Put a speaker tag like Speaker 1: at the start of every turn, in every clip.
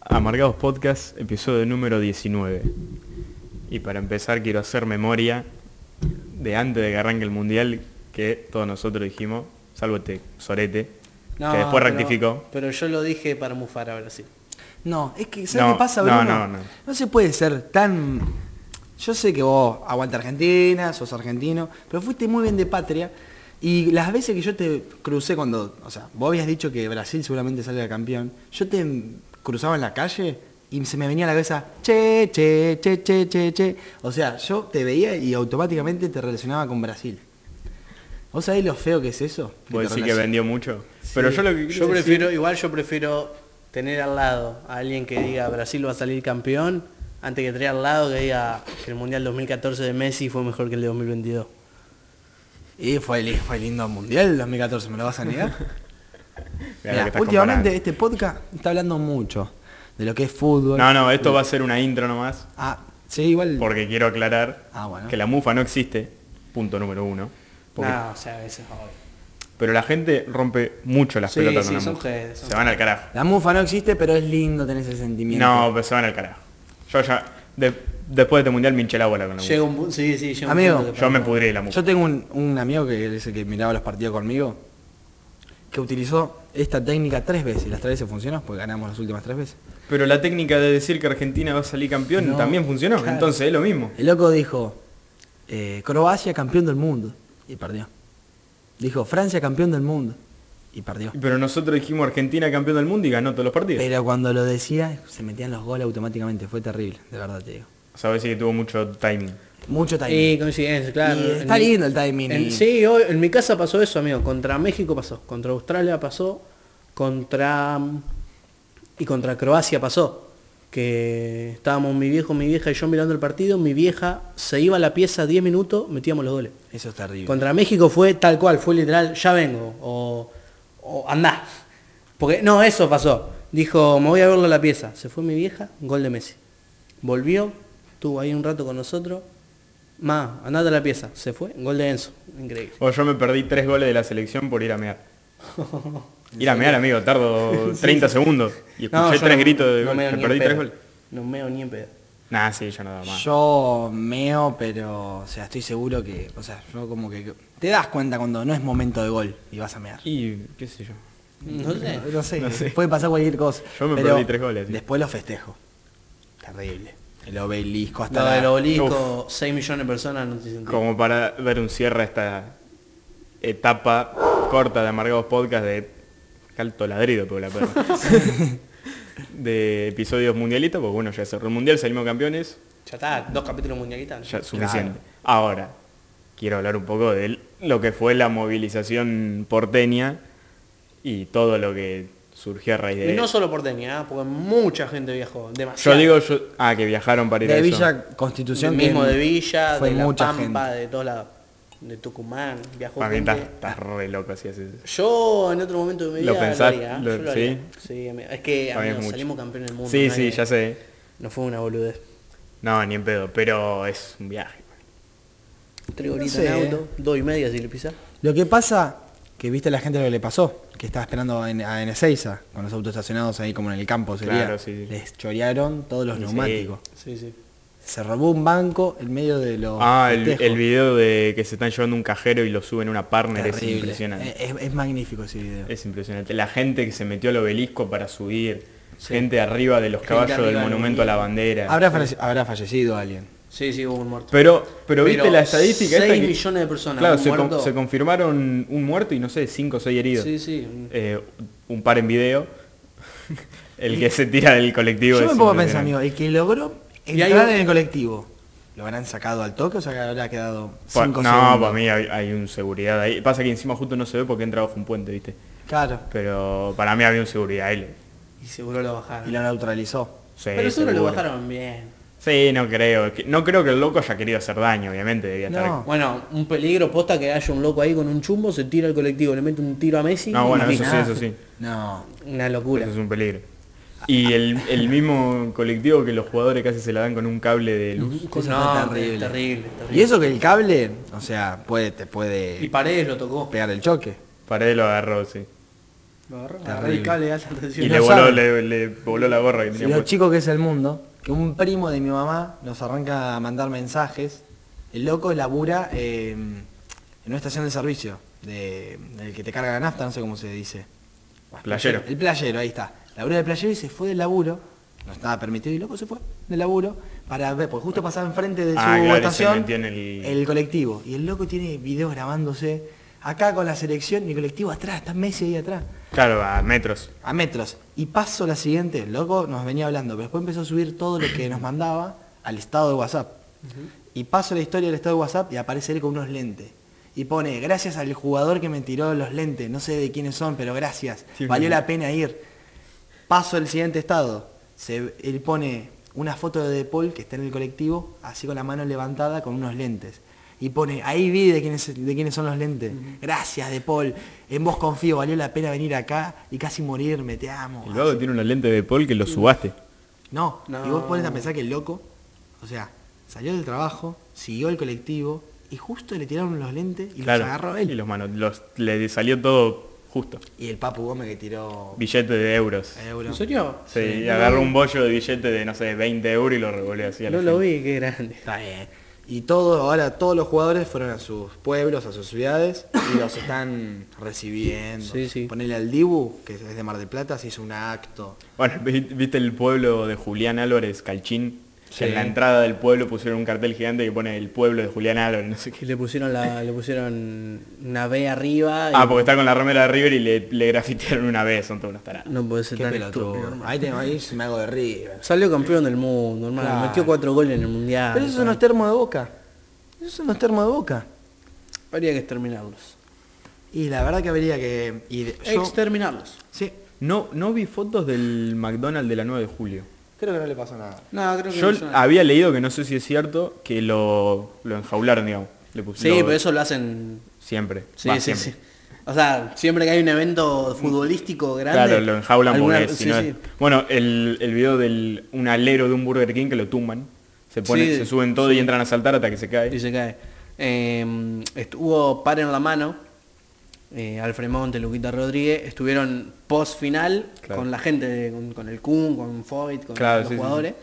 Speaker 1: Amargados Podcast, episodio número 19. Y para empezar quiero hacer memoria de antes de que arranque el Mundial, que todos nosotros dijimos, salvo este sorete,
Speaker 2: No,
Speaker 1: que después
Speaker 2: pero-
Speaker 1: rectificó.
Speaker 2: Pero yo lo dije para mufar ahora sí.
Speaker 3: No, es que, ¿sabes
Speaker 1: No,
Speaker 3: qué pasa,
Speaker 1: no,
Speaker 3: Bruno?
Speaker 1: no, no.
Speaker 3: se puede ser tan... Yo sé que vos aguanta Argentina, sos argentino, pero fuiste muy bien de patria. Y las veces que yo te crucé cuando... O sea, vos habías dicho que Brasil seguramente salga campeón. Yo te cruzaba en la calle y se me venía a la cabeza, che, che, che, che, che, che. O sea, yo te veía y automáticamente te relacionaba con Brasil. ¿Vos sabés lo feo que es eso? Que
Speaker 1: Vos
Speaker 3: te
Speaker 1: decís que
Speaker 3: relacion-
Speaker 1: vendió mucho. Pero yo lo que
Speaker 2: Yo
Speaker 1: quise
Speaker 2: prefiero, igual yo prefiero tener al lado a alguien que diga Brasil va a salir campeón, antes que tener al lado que diga que el Mundial 2014 de Messi fue mejor que el de 2022.
Speaker 3: Y fue, li- fue lindo mundial 2014, ¿me lo vas a negar?
Speaker 1: decir- Mirá lo
Speaker 3: Mirá,
Speaker 1: que estás
Speaker 3: últimamente
Speaker 1: comparando.
Speaker 3: este podcast está hablando mucho de lo que es fútbol.
Speaker 1: No, no, esto va a ser una intro nomás,
Speaker 3: Ah, sí, igual.
Speaker 1: porque quiero aclarar
Speaker 3: Ah, bueno.
Speaker 1: que la mufa no existe, punto número uno. Porque-
Speaker 2: No, o sea, eso es hoy.
Speaker 1: Pero la gente rompe mucho las
Speaker 2: Sí,
Speaker 1: pelotas
Speaker 2: sí,
Speaker 1: con la
Speaker 2: son
Speaker 1: mufa.
Speaker 2: ustedes, son
Speaker 1: se van al carajo.
Speaker 3: La mufa no existe, pero es lindo tener ese sentimiento.
Speaker 1: No, pero se van al carajo. Yo ya, de- después de este mundial me hinché la bola con la mufa.
Speaker 2: Llega un pu- sí, sí, llega un
Speaker 3: Amigo,
Speaker 2: punto que
Speaker 1: Yo me
Speaker 2: perdón.
Speaker 1: pudrí de la mufa.
Speaker 3: Yo tengo un, un amigo que es el que miraba los partidos conmigo, que utilizó esta técnica tres veces. Las tres veces funcionó, porque ganamos las últimas tres veces.
Speaker 1: Pero la técnica de decir que Argentina va a salir campeón
Speaker 3: No,
Speaker 1: también funcionó,
Speaker 3: claro.
Speaker 1: entonces es lo mismo.
Speaker 3: El loco dijo, eh, Croacia campeón del mundo, y perdió. Dijo, Francia campeón del mundo, y perdió.
Speaker 1: Pero nosotros dijimos Argentina campeón del mundo y ganó todos los partidos.
Speaker 3: Pero cuando lo decía, se metían los goles automáticamente. Fue terrible, de verdad te digo.
Speaker 1: O sea, decir que tuvo mucho timing.
Speaker 3: Mucho timing.
Speaker 2: Y coincidencia, claro.
Speaker 3: Y
Speaker 2: En
Speaker 3: está
Speaker 2: mi-
Speaker 3: lindo el timing,
Speaker 2: en-
Speaker 3: y-
Speaker 2: Sí, hoy- en mi casa pasó eso, amigo. Contra México pasó, contra Australia pasó, contra... Y contra Croacia pasó. Que estábamos mi viejo, mi vieja y yo mirando el partido. Mi vieja se iba a la pieza 10 minutos, metíamos los goles.
Speaker 3: Eso es terrible.
Speaker 2: Contra México fue tal cual, fue literal, ya vengo, o, o andá. Porque, no, eso pasó. Dijo, me voy a verlo a la pieza. Se fue mi vieja, gol de Messi. Volvió, estuvo ahí un rato con nosotros. Ma, andate a la pieza. Se fue, gol de Enzo. Increíble.
Speaker 1: O yo me perdí tres goles de la selección por ir a mear. Ir a mear, amigo, tardo 30 segundos. Y escuché
Speaker 2: No, yo
Speaker 1: tres
Speaker 2: no-
Speaker 1: gritos de
Speaker 2: no
Speaker 1: gol.
Speaker 2: meo
Speaker 1: Me
Speaker 2: ni
Speaker 1: perdí
Speaker 2: en
Speaker 1: tres
Speaker 2: pedo.
Speaker 1: goles.
Speaker 2: No meo ni en pedo.
Speaker 1: Nah, sí, yo no daba más.
Speaker 3: Yo meo, pero o sea, estoy seguro que, o sea, yo como que te das cuenta cuando no es momento de gol y vas a mear.
Speaker 1: Y qué sé yo.
Speaker 2: No sé.
Speaker 3: No sé,
Speaker 1: No sé.
Speaker 3: puede pasar cualquier cosa.
Speaker 1: Yo me
Speaker 3: pero
Speaker 1: perdí tres goles, sí.
Speaker 3: Después lo festejo. Terrible. El obelisco hasta
Speaker 2: Lo
Speaker 3: la-
Speaker 2: del obelisco, 6 millones de personas, no te sentí.
Speaker 1: Como para dar un cierre a esta etapa corta de Amargados Podcast de Calto Ladrido, por la perra. de episodios mundialistas, porque bueno, ya cerró el mundial, salimos campeones,
Speaker 2: Ya está, dos capítulos muñequitas.
Speaker 1: ya es suficiente. Ahora, quiero hablar un poco de lo que fue la movilización porteña y todo lo que surgió a raíz de
Speaker 2: Y no
Speaker 1: eso.
Speaker 2: solo por Tenia, porque mucha gente viajó, demasiado.
Speaker 1: Yo digo, yo, ah, que viajaron para ir a
Speaker 3: de
Speaker 1: eso.
Speaker 3: Villa Constitución.
Speaker 2: Del mismo
Speaker 3: que
Speaker 2: de Villa,
Speaker 3: fue
Speaker 2: de La
Speaker 3: mucha
Speaker 2: Pampa,
Speaker 3: gente.
Speaker 2: de todos lados. De Tucumán, viajó
Speaker 1: Para mí
Speaker 2: gente.
Speaker 1: estás, estás re loco si haces eso.
Speaker 2: Yo en otro momento de mi
Speaker 1: ¿Lo
Speaker 2: vida lo,
Speaker 1: pensás?
Speaker 2: haría, ¿eh?
Speaker 1: Lo-
Speaker 2: yo lo
Speaker 1: ¿sí?
Speaker 2: haría. Sí, amigo. es que
Speaker 1: Para mí es
Speaker 2: amigo,
Speaker 1: mucho.
Speaker 2: salimos campeón del mundo.
Speaker 1: Sí,
Speaker 2: no
Speaker 1: sí,
Speaker 2: es que-
Speaker 1: ya sé.
Speaker 2: No fue una boludez.
Speaker 1: No, ni en pedo, pero es un viaje.
Speaker 2: Tres
Speaker 3: No
Speaker 2: horitas
Speaker 3: sé,
Speaker 2: en
Speaker 3: eh.
Speaker 2: auto, dos y media si le pisás.
Speaker 3: Lo que pasa, que viste a la gente lo que le pasó, que estaba esperando en, a en Ezeiza, con los autos estacionados ahí como en el campo sería.
Speaker 1: Claro, sí, sí.
Speaker 3: Les chorearon todos los
Speaker 1: Sí.
Speaker 3: neumáticos.
Speaker 2: Sí, sí.
Speaker 3: Se robó un banco en medio de los
Speaker 1: Ah, el,
Speaker 3: festejos.
Speaker 1: el video de que se están llevando un cajero y lo suben a una partner
Speaker 3: Terrible.
Speaker 1: es impresionante.
Speaker 3: Eh, Es, es magnífico ese video.
Speaker 1: Es impresionante. La gente que se metió al obelisco para subir, gente arriba de los
Speaker 2: Gente
Speaker 1: caballos
Speaker 2: arriba
Speaker 1: del
Speaker 2: del
Speaker 1: monumento a la bandera.
Speaker 3: Habrá, falle- habrá fallecido alguien.
Speaker 2: Sí, sí, hubo un muerto.
Speaker 1: Pero, pero viste la estadística esta
Speaker 2: 6
Speaker 1: que-
Speaker 2: millones de personas.
Speaker 1: Claro,
Speaker 2: un
Speaker 1: se, con-
Speaker 2: muerto.
Speaker 1: se confirmaron un muerto y no sé, cinco o seis heridos.
Speaker 2: Sí, sí.
Speaker 1: Eh, un par en video. el que se tira del colectivo.
Speaker 3: Yo
Speaker 1: es
Speaker 3: me pongo a pensar,
Speaker 1: impresionante.
Speaker 3: amigo, el que logró
Speaker 2: Y
Speaker 3: entrar
Speaker 2: hay un-
Speaker 3: en el colectivo, ¿lo habrán sacado al toque o sea que habrá quedado
Speaker 1: Pa-
Speaker 3: 5
Speaker 1: no,
Speaker 3: segundos?
Speaker 1: para mí hay, hay un seguridad ahí. Pasa que encima justo no se ve porque entra bajo un puente, ¿viste?
Speaker 3: Claro.
Speaker 1: Pero para mí había un seguridad ahí.
Speaker 2: Y seguro lo
Speaker 3: Y
Speaker 2: bajaron.
Speaker 3: lo neutralizó.
Speaker 1: Sí,
Speaker 2: Pero seguro, lo
Speaker 1: seguro.
Speaker 2: bajaron bien.
Speaker 1: Sí, no creo. que- No creo que el loco haya querido hacer daño, obviamente. Debía
Speaker 3: No.
Speaker 1: estar...
Speaker 2: Bueno, un peligro posta que haya un loco ahí con un chumbo, se tira al colectivo, le mete un tiro a Messi.
Speaker 1: No, bueno, eso sí,
Speaker 3: Imagínate.
Speaker 1: eso sí.
Speaker 3: No.
Speaker 2: Una locura.
Speaker 1: Eso es un peligro. Y el, el mismo colectivo que los jugadores casi se la dan con un cable de luz.
Speaker 3: Eso
Speaker 2: No,
Speaker 3: fue terrible.
Speaker 2: terrible, terrible.
Speaker 3: Y eso que el cable, o sea, puede, te puede
Speaker 2: Y Paredes lo tocó.
Speaker 3: pegar el choque.
Speaker 1: Paredes lo agarró, sí.
Speaker 2: Lo agarró,
Speaker 3: Terrible.
Speaker 2: agarré el cable de alta tensión.
Speaker 1: Y
Speaker 3: no
Speaker 1: le voló,
Speaker 3: sabe.
Speaker 1: le, le voló la gorra que tenía
Speaker 3: Lo
Speaker 1: puesta.
Speaker 3: chico que es el mundo, que un primo de mi mamá nos arranca a mandar mensajes. El loco labura eh, en una estación de servicio, de, el que te carga la nafta, no sé cómo se dice.
Speaker 1: Playero.
Speaker 3: El playero, ahí está. Labura del playero y se fue del laburo. No estaba permitido y loco se fue del laburo para ver, pues justo pasaba enfrente de su
Speaker 1: Ah, claro, y se
Speaker 3: estación
Speaker 1: metió en el-
Speaker 3: colectivo. Y el loco tiene videos grabándose acá con la selección y el colectivo atrás, está Messi ahí atrás
Speaker 1: Claro, a metros.
Speaker 3: a metros. Y paso la siguiente, el loco nos venía hablando, pero después empezó a subir todo lo que nos mandaba al estado de WhatsApp. Y paso la historia del estado de WhatsApp y aparece él con unos lentes. Y pone, gracias al jugador que me tiró los lentes, no sé de quiénes son, pero gracias,
Speaker 1: Sí,
Speaker 3: valió
Speaker 1: sí.
Speaker 3: la pena ir. Paso el siguiente estado, Se- él pone una foto de Paul que está en el colectivo, así con la mano levantada con unos lentes. Y pone, ahí vi de quiénes, de quiénes son los lentes. Gracias, De Paul. En vos confío, valió la pena venir acá y casi morirme, te amo.
Speaker 1: El vago tiene una lente de Paul que lo subaste.
Speaker 3: No,
Speaker 2: No.
Speaker 3: y vos pones a pensar que el loco, o sea, salió del trabajo, siguió el colectivo y justo le tiraron los lentes y
Speaker 1: claro.
Speaker 3: los agarró
Speaker 1: Y
Speaker 3: él.
Speaker 1: los manos, los, le salió todo justo.
Speaker 3: Y el Papu Gómez que tiró
Speaker 1: Billete de euros.
Speaker 3: euros.
Speaker 2: ¿En serio?
Speaker 1: Eh, Sí, y agarró un bollo de billete de, no sé, 20 euros y lo revolvió así a la
Speaker 2: No lo
Speaker 1: gente.
Speaker 2: vi, qué grande.
Speaker 3: Está bien. Y todo, ahora todos los jugadores fueron a sus pueblos, a sus ciudades y los están recibiendo.
Speaker 2: Sí, sí.
Speaker 3: Ponele al Dibu, que es de Mar del Plata, se hizo un acto.
Speaker 1: Bueno, vi- viste el pueblo de Julián Álvarez, Calchín.
Speaker 3: Sí.
Speaker 1: En la entrada del pueblo pusieron un cartel gigante que pone el pueblo de Julián Álvarez, no sé qué.
Speaker 2: Que le pusieron la, le pusieron una B arriba. y-
Speaker 1: Ah, porque está con la remera de River y le, le grafitearon una vez, son todos unos tarados.
Speaker 2: No puede ser
Speaker 3: Qué
Speaker 2: tan
Speaker 3: pelotudo.
Speaker 2: estúpido, hermano.
Speaker 3: Ahí, te, ahí me hago de River.
Speaker 2: Salió campeón del mundo, hermano.
Speaker 3: Claro.
Speaker 2: Metió cuatro goles en el mundial.
Speaker 3: Pero esos son los termos de boca. Esos son los termos de boca.
Speaker 2: Habría que exterminarlos.
Speaker 3: Y la verdad que habría que... Y de- yo-
Speaker 2: Exterminarlos.
Speaker 3: sí,
Speaker 1: No, no vi fotos del McDonald's de la 9 de julio.
Speaker 3: creo que no le pasó nada.
Speaker 2: No, creo que
Speaker 1: Yo
Speaker 2: no son-
Speaker 1: había leído que no sé si es cierto que lo, lo enjaularon, digamos. Le pus-
Speaker 2: Sí,
Speaker 1: lo-
Speaker 2: pero eso lo hacen.
Speaker 1: Siempre.
Speaker 2: Sí,
Speaker 1: va,
Speaker 2: sí,
Speaker 1: siempre.
Speaker 2: sí. O sea, siempre que hay un evento futbolístico grande.
Speaker 1: Claro, lo enjaulan
Speaker 2: alguna-
Speaker 1: porque si
Speaker 2: sí,
Speaker 1: no
Speaker 2: sí.
Speaker 1: es- Bueno, el, el video del un alero de un Burger King que lo tumban. Se pone,
Speaker 2: Sí,
Speaker 1: se suben todo y entran a saltar hasta que se cae.
Speaker 2: Y se cae. Eh, estuvo par en la mano. eh, Alfred Monte, Luquita Rodríguez, estuvieron post final
Speaker 1: Claro.
Speaker 2: con la gente, de- con, con el Kun, con Foyt, con
Speaker 1: Claro,
Speaker 2: los
Speaker 1: sí, sí,
Speaker 2: jugadores.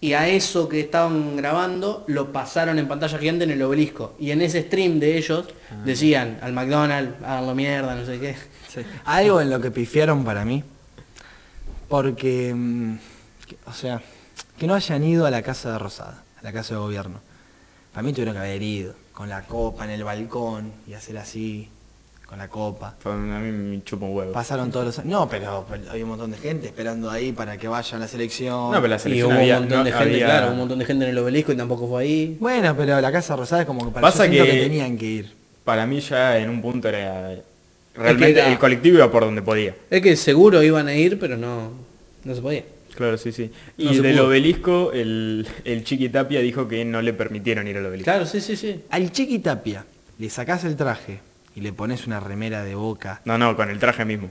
Speaker 2: Y a eso que estaban grabando lo pasaron en pantalla gigante en el obelisco. Y en ese stream de ellos
Speaker 1: Ah.
Speaker 2: decían al McDonald's, háganlo mierda, no sé qué.
Speaker 3: Algo en lo que pifiaron para mí. Porque, mm, que- o sea, que no hayan ido a la casa de Rosada, a la casa de gobierno. Para mí tuvieron que haber ido, con la copa en el balcón y hacer así, con la copa.
Speaker 1: Fue- A mí me chupa un huevo.
Speaker 3: Pasaron todos los años. No, pero, pero hay un montón de gente esperando ahí para que vaya a la
Speaker 1: No,
Speaker 3: selección.
Speaker 1: pero la
Speaker 2: Y
Speaker 1: selección
Speaker 2: hubo
Speaker 1: había-
Speaker 2: un montón
Speaker 1: no,
Speaker 2: de gente,
Speaker 1: había-
Speaker 2: claro, un montón de gente en el obelisco y tampoco fue ahí.
Speaker 3: Bueno, pero la casa de Rosada es como que para
Speaker 1: Pasa
Speaker 3: yo siento
Speaker 1: que-
Speaker 3: que tenían que ir.
Speaker 1: Para mí ya en un punto era... Realmente
Speaker 2: era-
Speaker 1: el colectivo iba por donde podía.
Speaker 2: Es que seguro iban a ir, pero no, no se podía.
Speaker 1: Claro, sí, sí.
Speaker 2: No
Speaker 1: y
Speaker 2: se
Speaker 1: del
Speaker 2: pudo.
Speaker 1: obelisco, el, el Chiqui Tapia dijo que no le permitieron ir al obelisco.
Speaker 2: Claro, sí, sí, sí.
Speaker 3: Al Chiqui Tapia le sacás el traje y le pones una remera de boca.
Speaker 1: No, no, con el traje mismo.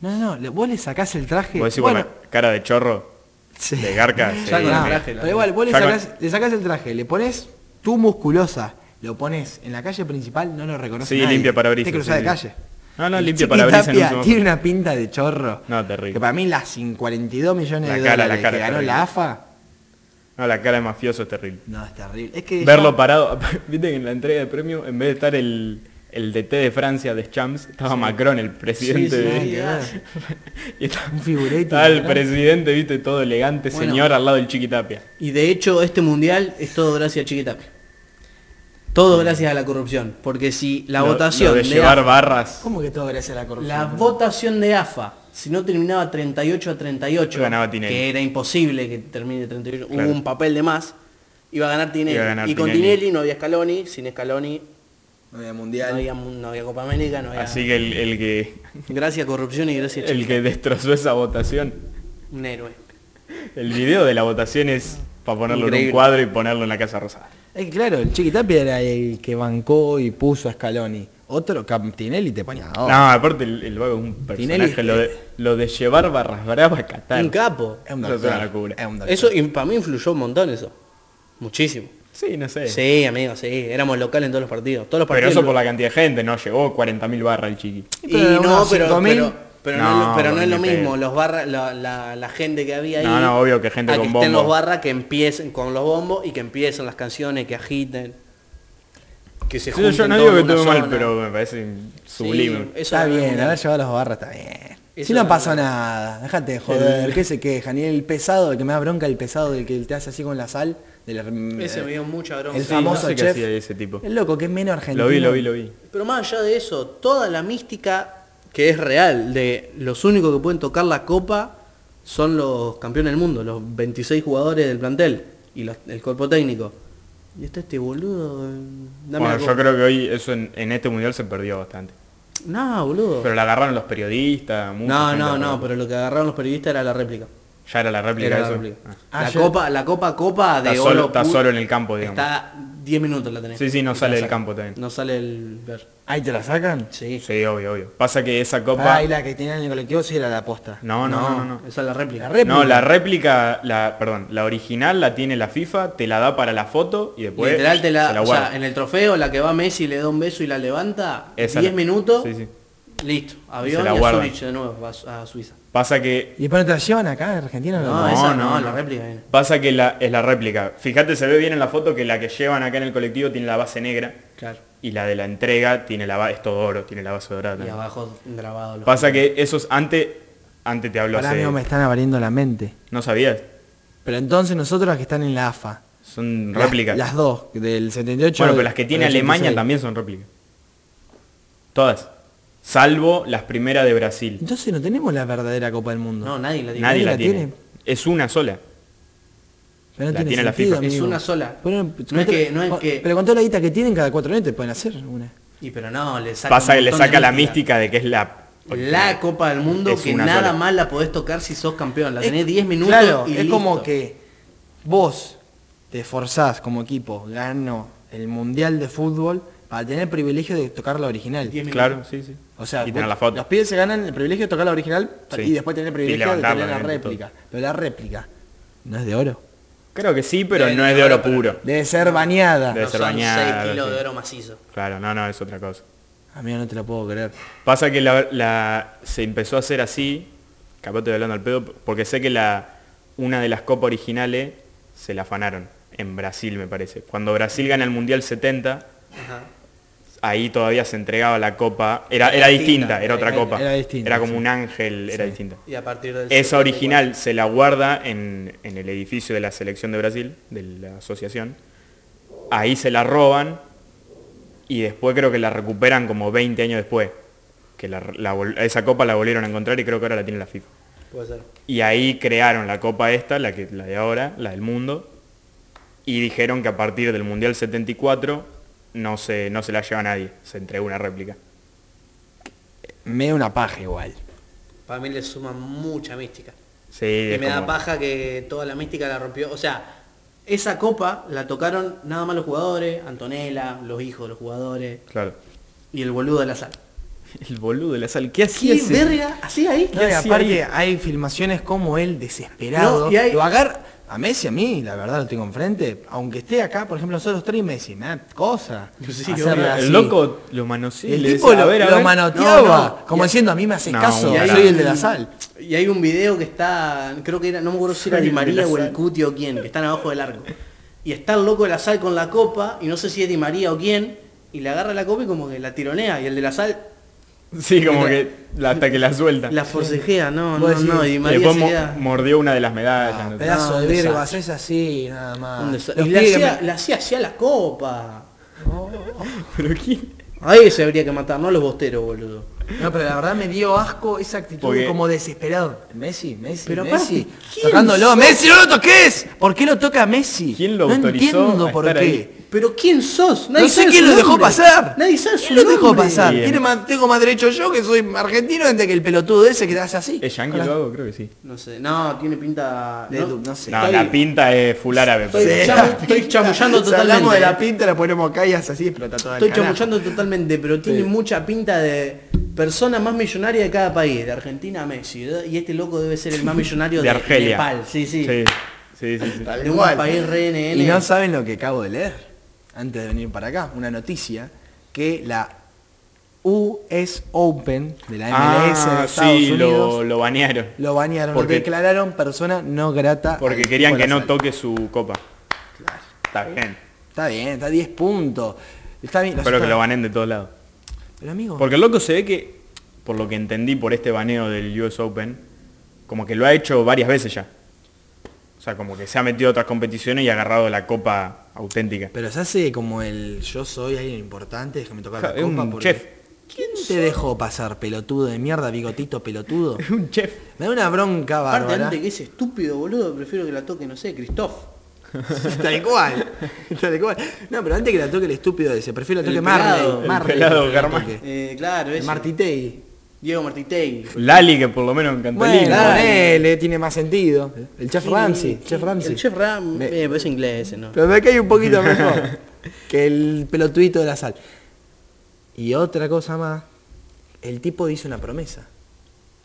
Speaker 3: No, no, le- vos le sacás el traje.
Speaker 1: Vos decís con
Speaker 3: bueno,
Speaker 1: la cara de chorro,
Speaker 3: Sí.
Speaker 1: de garca.
Speaker 2: Ya
Speaker 1: sí.
Speaker 2: con el
Speaker 3: Ah,
Speaker 2: traje, la
Speaker 3: pero igual, vos le
Speaker 1: Ya con-
Speaker 3: sacás, le sacás el traje, le pones tu musculosa, lo pones en la calle principal, no lo reconoces.
Speaker 1: Sí, limpia parabrisas.
Speaker 3: Te cruzás
Speaker 1: sí,
Speaker 3: de
Speaker 1: sí.
Speaker 3: calle.
Speaker 1: No, no,
Speaker 3: El
Speaker 1: limpia
Speaker 3: Chiqui
Speaker 1: parabrisas en un
Speaker 3: Tapia
Speaker 1: semáforo.
Speaker 3: tiene una pinta de chorro.
Speaker 1: No, terrible.
Speaker 3: Que para mí las 42 millones
Speaker 1: La
Speaker 3: de
Speaker 1: cara, la
Speaker 3: dólares
Speaker 1: cara,
Speaker 3: que ganó
Speaker 1: terrible.
Speaker 3: la AFA,
Speaker 1: No, Ah, la cara de mafioso es terrible.
Speaker 3: no, es terrible. Es que
Speaker 1: Verlo
Speaker 3: ya-
Speaker 1: parado, viste que en la entrega de premio, en vez de estar el, el DT de Francia de Champs, estaba Macron, el presidente
Speaker 2: Sí,
Speaker 1: de...
Speaker 2: sí, sí, ah.
Speaker 1: y estaba,
Speaker 3: Un figurete,
Speaker 1: estaba el
Speaker 3: ¿verdad?
Speaker 1: presidente, viste, todo elegante,
Speaker 2: Bueno.
Speaker 1: señor, al lado del Chiquitapia.
Speaker 2: Y de hecho este mundial es todo gracias a Chiquitapia. Todo gracias a la corrupción. Porque si la
Speaker 1: Lo-
Speaker 2: votación
Speaker 1: lo de,
Speaker 2: de
Speaker 1: llevar
Speaker 2: AFA,
Speaker 1: barras,
Speaker 3: ¿Cómo que todo gracias a la corrupción?
Speaker 2: la votación de AFA, si no terminaba 38 a 38,
Speaker 1: Ganaba Tinelli.
Speaker 2: que era imposible que termine 38,
Speaker 1: Claro.
Speaker 2: hubo un papel de más, iba a ganar Tinelli.
Speaker 1: Iba a ganar
Speaker 2: y con
Speaker 1: Tinelli.
Speaker 2: Tinelli. no había Scaloni, sin Scaloni
Speaker 3: No había
Speaker 2: no
Speaker 3: mundial.
Speaker 2: había, no había Copa América, no había...
Speaker 1: así que el, el que
Speaker 2: Gracias a corrupción y gracias a
Speaker 1: el que destrozó esa votación.
Speaker 2: Chiqui- Un héroe.
Speaker 1: El video de la votación es para ponerlo en
Speaker 2: Increíble.
Speaker 1: un cuadro y ponerlo en la Casa Rosada.
Speaker 3: Es que claro, el Chiqui Tapia era el que bancó y puso a Scaloni. Otro, Cam- Tinelli te ponía
Speaker 2: Oh.
Speaker 3: dos.
Speaker 1: No, aparte el, el vago es un personaje,
Speaker 3: Tinelli-
Speaker 2: eh.
Speaker 1: lo, de, lo de llevar barras bravas a Qatar.
Speaker 2: Un capo.
Speaker 3: Es un
Speaker 1: Eso es
Speaker 3: doctor,
Speaker 1: una locura.
Speaker 3: es un doctor.
Speaker 2: Eso y para mí influyó un montón eso. Muchísimo.
Speaker 1: Sí, no sé.
Speaker 2: Sí, amigo, sí. Éramos locales en todos los partidos. Todos los
Speaker 1: Pero
Speaker 2: partidos.
Speaker 1: eso por la cantidad de gente, no llegó 40.000 barras el chiqui.
Speaker 2: Y
Speaker 3: Pero
Speaker 2: no,
Speaker 3: unos
Speaker 2: pero,
Speaker 3: 5.000.
Speaker 2: pero Pero no, es lo-
Speaker 1: No,
Speaker 2: pero no es lo
Speaker 1: ni pedo.
Speaker 2: mismo, los barra, la, la- la gente que había ahí.
Speaker 1: No, no, obvio que gente
Speaker 2: a
Speaker 1: con
Speaker 2: que
Speaker 1: bombo.
Speaker 2: estén los barra que empiecen con los bombos y que empiecen las canciones, que agiten. Que se
Speaker 1: Sí, yo
Speaker 2: junten
Speaker 1: no
Speaker 2: todos
Speaker 1: digo que
Speaker 2: en una
Speaker 1: estuve mal,
Speaker 2: zona.
Speaker 1: pero me parece sublime.
Speaker 2: Sí, eso
Speaker 3: está
Speaker 2: es
Speaker 3: bien,
Speaker 2: una-
Speaker 3: haber llevado los barras está bien.
Speaker 2: Eso
Speaker 3: si no
Speaker 2: es
Speaker 3: pasó
Speaker 2: verdad.
Speaker 3: nada, déjate de joder, ¿qué se quejan? Y el pesado, el que me da bronca, el pesado, del que te hace así con la sal, del
Speaker 2: Ese me dio mucha bronca.
Speaker 3: el
Speaker 1: Sí, no
Speaker 3: famoso
Speaker 1: sé qué
Speaker 3: chef.
Speaker 1: hacía ese tipo.
Speaker 3: El loco, que es menos argentino.
Speaker 1: Lo vi, lo vi, lo vi.
Speaker 2: Pero más allá de eso, toda la mística que es real, de los únicos que pueden tocar la copa son los campeones del mundo, los 26 jugadores del plantel y los- el cuerpo técnico. Y está este boludo. eh, Dame la
Speaker 1: Bueno, yo
Speaker 2: copa.
Speaker 1: creo que hoy eso en, en este mundial se perdió bastante.
Speaker 2: No, boludo.
Speaker 1: Pero la agarraron los periodistas, mucha
Speaker 2: no,
Speaker 1: gente
Speaker 2: no,
Speaker 1: agarró.
Speaker 2: no, pero lo que agarraron los periodistas era la réplica.
Speaker 1: Ya era la réplica
Speaker 2: Era
Speaker 1: eso.
Speaker 2: la réplica.
Speaker 3: Ah.
Speaker 2: La
Speaker 3: Ayer-
Speaker 2: copa, la copa, copa de
Speaker 1: Está solo-
Speaker 2: oro
Speaker 1: está
Speaker 2: pu-
Speaker 1: solo en el campo, digamos.
Speaker 2: Está 10 minutos la tenés.
Speaker 1: Sí, sí, no
Speaker 2: Y te
Speaker 1: sale
Speaker 2: la
Speaker 1: del
Speaker 2: sacan.
Speaker 1: campo también.
Speaker 2: No sale el ver.
Speaker 3: Ahí te la sacan.
Speaker 2: Sí.
Speaker 1: Sí, obvio, obvio. Pasa que esa copa...
Speaker 3: Ah, y la que tenían en el colectivo sí era la posta.
Speaker 1: No, no, no, no. no.
Speaker 2: Esa es la réplica.
Speaker 3: La réplica.
Speaker 1: No, la réplica, la, perdón, la original la tiene la FIFA, te la da para la foto y después
Speaker 2: Literal te la,
Speaker 1: se
Speaker 2: o
Speaker 1: guarda.
Speaker 2: sea, en el trofeo la que va Messi le da un beso y la levanta
Speaker 1: Esa
Speaker 2: 10
Speaker 1: la-
Speaker 2: minutos.
Speaker 1: Sí, sí.
Speaker 2: Listo, avión
Speaker 1: la
Speaker 2: y a
Speaker 1: guardan.
Speaker 2: Zurich de nuevo va a Su- a Suiza.
Speaker 1: Pasa que
Speaker 3: ¿Y después no te la llevan acá en Argentina?
Speaker 2: No,
Speaker 1: no,
Speaker 2: esa
Speaker 1: no,
Speaker 2: no,
Speaker 1: no.
Speaker 2: la réplica viene.
Speaker 1: pasa que la, es la réplica. Fíjate, se ve bien en la foto que la que llevan acá en el colectivo tiene la base negra
Speaker 2: Claro.
Speaker 1: y la de la entrega tiene la ba- es todo oro, tiene la base dorada.
Speaker 2: Y
Speaker 1: también.
Speaker 2: abajo grabado los-
Speaker 1: Pasa que esos antes antes te hablo
Speaker 3: Ahora
Speaker 1: hace-
Speaker 3: mismo me están abriendo la mente.
Speaker 1: no sabías.
Speaker 3: Pero entonces nosotros las que están en la AFA.
Speaker 1: Son
Speaker 3: Las-
Speaker 1: réplicas.
Speaker 3: Las, dos, del 78.
Speaker 1: bueno,
Speaker 3: del-
Speaker 1: pero las que tiene
Speaker 3: del
Speaker 1: Alemania
Speaker 3: 86.
Speaker 1: también son réplicas. Todas, salvo las primeras de Brasil.
Speaker 3: Entonces no tenemos la verdadera Copa del Mundo.
Speaker 2: No, nadie la tiene.
Speaker 1: Nadie
Speaker 3: Nadie
Speaker 1: la,
Speaker 3: la
Speaker 1: tiene.
Speaker 3: tiene.
Speaker 1: Es una sola.
Speaker 3: Pero
Speaker 1: La tiene la FIFA.
Speaker 2: Es
Speaker 3: amigo.
Speaker 2: una sola.
Speaker 3: Pero,
Speaker 2: no es
Speaker 3: con-
Speaker 2: que, no es
Speaker 3: con-
Speaker 2: que.
Speaker 3: Pero con toda la guita que tienen, cada cuatro años te pueden hacer una.
Speaker 2: y pero no, le saca.
Speaker 1: Pasa
Speaker 2: un
Speaker 1: que le
Speaker 2: montón de
Speaker 1: saca la mística de que es la...
Speaker 2: La Copa del Mundo
Speaker 1: Es
Speaker 2: que
Speaker 1: una
Speaker 2: nada
Speaker 1: sola.
Speaker 2: más la podés tocar si sos campeón. La tenés
Speaker 3: Es-
Speaker 2: 10 minutos.
Speaker 3: Claro,
Speaker 2: y
Speaker 3: es
Speaker 2: listo.
Speaker 3: como que vos te esforzás como equipo, gano el Mundial de Fútbol para tener el privilegio de tocar la original.
Speaker 2: 10 minutos.
Speaker 1: Claro, sí, sí.
Speaker 3: O sea,
Speaker 1: y
Speaker 3: vos-
Speaker 1: tener la foto.
Speaker 3: los pibes se ganan el privilegio de tocar la original
Speaker 1: Sí.
Speaker 3: y después tener
Speaker 1: Y
Speaker 3: el privilegio de
Speaker 1: levantarla,
Speaker 3: tener la
Speaker 1: obviamente,
Speaker 3: réplica. Pero la réplica no es de oro.
Speaker 1: Creo que sí, pero
Speaker 2: Deben
Speaker 1: no
Speaker 2: de
Speaker 1: es de oro
Speaker 2: ahora para-
Speaker 1: puro.
Speaker 3: Debe ser bañada.
Speaker 1: Debe
Speaker 2: No
Speaker 1: ser
Speaker 2: son
Speaker 1: bañada,
Speaker 2: 6 kilos
Speaker 1: sí.
Speaker 2: de oro macizo.
Speaker 1: Claro, no, no, es otra cosa.
Speaker 3: Amigo, no te lo puedo creer.
Speaker 1: Pasa que la, la- se empezó a hacer así, capaz estoy hablando al pedo, porque sé que la, una de las copas originales se la afanaron, en Brasil me parece. Cuando Brasil gana el Mundial 70,
Speaker 2: Ajá.
Speaker 1: ahí todavía se entregaba la copa, era,
Speaker 2: Era
Speaker 1: era
Speaker 2: distinta,
Speaker 1: distinta, era otra
Speaker 2: era-
Speaker 1: copa.
Speaker 3: era distinta,
Speaker 1: Era como
Speaker 3: sí.
Speaker 1: un ángel, era distinta.
Speaker 2: Y a partir del
Speaker 1: Esa
Speaker 2: 74.
Speaker 1: original se la guarda en, en el edificio de la selección de Brasil, de la asociación. Ahí se la roban y después creo que la recuperan como 20 años después. Que la- la vol- esa copa la volvieron a encontrar y creo que ahora la tiene la FIFA.
Speaker 2: Puede ser.
Speaker 1: Y ahí crearon la copa esta, la, que, la de ahora, la del mundo. Y dijeron que a partir del Mundial 74 no se, no se la lleva nadie. Se entregó una réplica.
Speaker 3: Me da una paja igual.
Speaker 2: Para mí le suma mucha mística.
Speaker 1: Sí,
Speaker 2: Y
Speaker 1: es
Speaker 2: me da
Speaker 1: como-
Speaker 2: paja que toda la mística la rompió. O sea, esa copa la tocaron nada más los jugadores, Antonella, los hijos de los jugadores
Speaker 1: Claro.
Speaker 2: y el boludo de la sal.
Speaker 1: El boludo de la sal. ¿Qué hacía
Speaker 2: ¿Qué
Speaker 1: ese?
Speaker 2: verga? ¿Así ahí?
Speaker 3: No, y
Speaker 1: hacía
Speaker 3: aparte hay filmaciones como él desesperado.
Speaker 2: No, y hay-
Speaker 3: Lo agarra a Messi, a mí, la verdad lo tengo enfrente. Aunque esté acá, por ejemplo, nosotros tres Messi, me da cosa.
Speaker 2: Sí,
Speaker 3: hacerle
Speaker 2: obvio.
Speaker 3: así.
Speaker 1: El loco lo manoseó.
Speaker 3: Pues El tipo lo, lo manoteaba,
Speaker 2: No, no.
Speaker 3: como
Speaker 2: Y-
Speaker 3: diciendo a mí me haces
Speaker 1: No,
Speaker 3: caso,
Speaker 1: y
Speaker 2: ahí-
Speaker 3: soy el de la sal.
Speaker 2: Y hay un video que está, creo que era, no me acuerdo si era
Speaker 1: Soy
Speaker 2: Di
Speaker 1: el de
Speaker 2: María
Speaker 1: la
Speaker 2: o el
Speaker 1: sal.
Speaker 2: Cuti o quién, que están abajo del arco. Y está el loco de la sal con la copa, y no sé si es Di María o quién, y le agarra la copa y como que la tironea, y el de la sal
Speaker 1: Sí, como que la- hasta que la suelta.
Speaker 2: la forcejea, no, no,
Speaker 3: Vos decís,
Speaker 2: no, y Di
Speaker 1: Y
Speaker 2: María
Speaker 1: después
Speaker 2: se
Speaker 1: mo-
Speaker 2: queda-
Speaker 1: mordió una de las medallas.
Speaker 3: Ah,
Speaker 1: ¿no?
Speaker 3: pedazo
Speaker 2: No,
Speaker 3: de
Speaker 2: un
Speaker 3: vergo,
Speaker 2: desastre.
Speaker 3: haces así, nada más.
Speaker 2: Un desa-
Speaker 3: Ah. Los
Speaker 2: y le
Speaker 3: pibes que
Speaker 2: hacía,
Speaker 3: me-
Speaker 2: le hacía así a la copa.
Speaker 1: Pero quién-
Speaker 2: Ahí se habría que matar, no los bosteros, boludo.
Speaker 3: No, pero la verdad me dio asco esa actitud
Speaker 1: Porque-
Speaker 3: como desesperado. Messi, Messi,
Speaker 2: Pero
Speaker 3: Messi.
Speaker 2: aparte, ¿quién
Speaker 3: tocándolo,
Speaker 2: sos?
Speaker 3: Messi, no lo toques. ¿Por qué lo toca Messi?
Speaker 1: ¿Quién lo
Speaker 3: no
Speaker 1: autorizó
Speaker 3: entiendo
Speaker 1: a
Speaker 3: por
Speaker 1: estar
Speaker 3: qué.
Speaker 1: ahí?
Speaker 2: Pero ¿quién sos?
Speaker 3: No sé
Speaker 2: sabe
Speaker 3: quién
Speaker 2: su
Speaker 3: lo dejó
Speaker 2: nombre.
Speaker 3: pasar.
Speaker 2: Nadie sabe su
Speaker 3: ¿Quién lo dejó
Speaker 2: nombre.
Speaker 3: pasar?
Speaker 1: Bien.
Speaker 3: Tiene más- tengo más derecho yo que soy argentino antes que el pelotudo ese que te hace así.
Speaker 1: ¿Es Yankee
Speaker 3: Con la-
Speaker 1: lo hago? Creo que sí.
Speaker 2: No sé, no, tiene pinta...
Speaker 3: De-
Speaker 2: no,
Speaker 3: no sé.
Speaker 1: No,
Speaker 3: Está
Speaker 1: la
Speaker 3: bien.
Speaker 1: pinta es full árabe.
Speaker 2: Estoy-
Speaker 1: pero-
Speaker 2: Sí. chamu- estoy chamullando
Speaker 3: Si hablamos
Speaker 2: totalmente,
Speaker 3: de
Speaker 2: eh.
Speaker 3: la pinta, la ponemos acá y hace así, explota toda
Speaker 2: Estoy chamullando totalmente, pero tiene mucha pinta de persona más millonaria de cada país, de Argentina a Messi, ¿verdad? y este loco debe ser el más millonario de,
Speaker 1: De Argelia.
Speaker 2: Nepal, sí, sí,
Speaker 1: Sí, sí, sí, sí.
Speaker 2: de un país RNN.
Speaker 3: Y no saben lo que acabo de leer antes de venir para acá. Una noticia que la US Open de la MLS de
Speaker 1: Ah,
Speaker 3: Estados
Speaker 1: sí,
Speaker 3: Unidos.
Speaker 1: lo, lo banearon.
Speaker 3: Lo banearon,
Speaker 1: Porque-
Speaker 3: lo declararon persona no grata.
Speaker 1: Porque
Speaker 3: al
Speaker 1: querían que
Speaker 3: Nicolás
Speaker 1: no
Speaker 3: Alves.
Speaker 1: toque su copa. Está bien.
Speaker 3: Está bien, está a 10 puntos. Está bien,
Speaker 1: Espero que
Speaker 3: está-
Speaker 1: lo banen de todos lados.
Speaker 3: Pero amigo,
Speaker 1: Porque el loco se ve que, por lo que entendí por este baneo del US Open, como que lo ha hecho varias veces ya. O sea, como que se ha metido a otras competiciones y ha agarrado la copa auténtica.
Speaker 3: pero se hace como el yo soy alguien importante, déjame tocar
Speaker 1: Ja,
Speaker 3: la
Speaker 1: es
Speaker 3: copa
Speaker 1: un
Speaker 3: porque-
Speaker 1: chef.
Speaker 3: ¿Quién te dejó pasar, pelotudo de mierda, bigotito pelotudo?
Speaker 1: Es un chef.
Speaker 3: Me da una bronca
Speaker 2: Aparte,
Speaker 3: bárbara.
Speaker 2: antes que es estúpido, boludo, prefiero que la toque, no sé, Christoph.
Speaker 3: Tal cual. Tal cual. No, pero antes que la toque el estúpido ese, prefiero la
Speaker 2: El
Speaker 3: toque
Speaker 2: pelado,
Speaker 3: Marley.
Speaker 2: el
Speaker 3: Marley
Speaker 1: pelado
Speaker 3: prefiero que la
Speaker 1: Germán.
Speaker 3: toque.
Speaker 2: Eh, claro,
Speaker 3: El
Speaker 2: ese.
Speaker 3: Martitei.
Speaker 2: Diego Martitei.
Speaker 1: Lali, que por lo menos en Cantolín.
Speaker 3: Bueno,
Speaker 2: claro.
Speaker 3: ponele, tiene más sentido. El Chef Ramsey. Chef Ramsey.
Speaker 2: El Chef Ramsey.
Speaker 3: Me-
Speaker 2: Me parece inglés ese, ¿no?
Speaker 3: Pero me cae un poquito mejor que el pelotudito de la sal. Y otra cosa más, el tipo dice una promesa.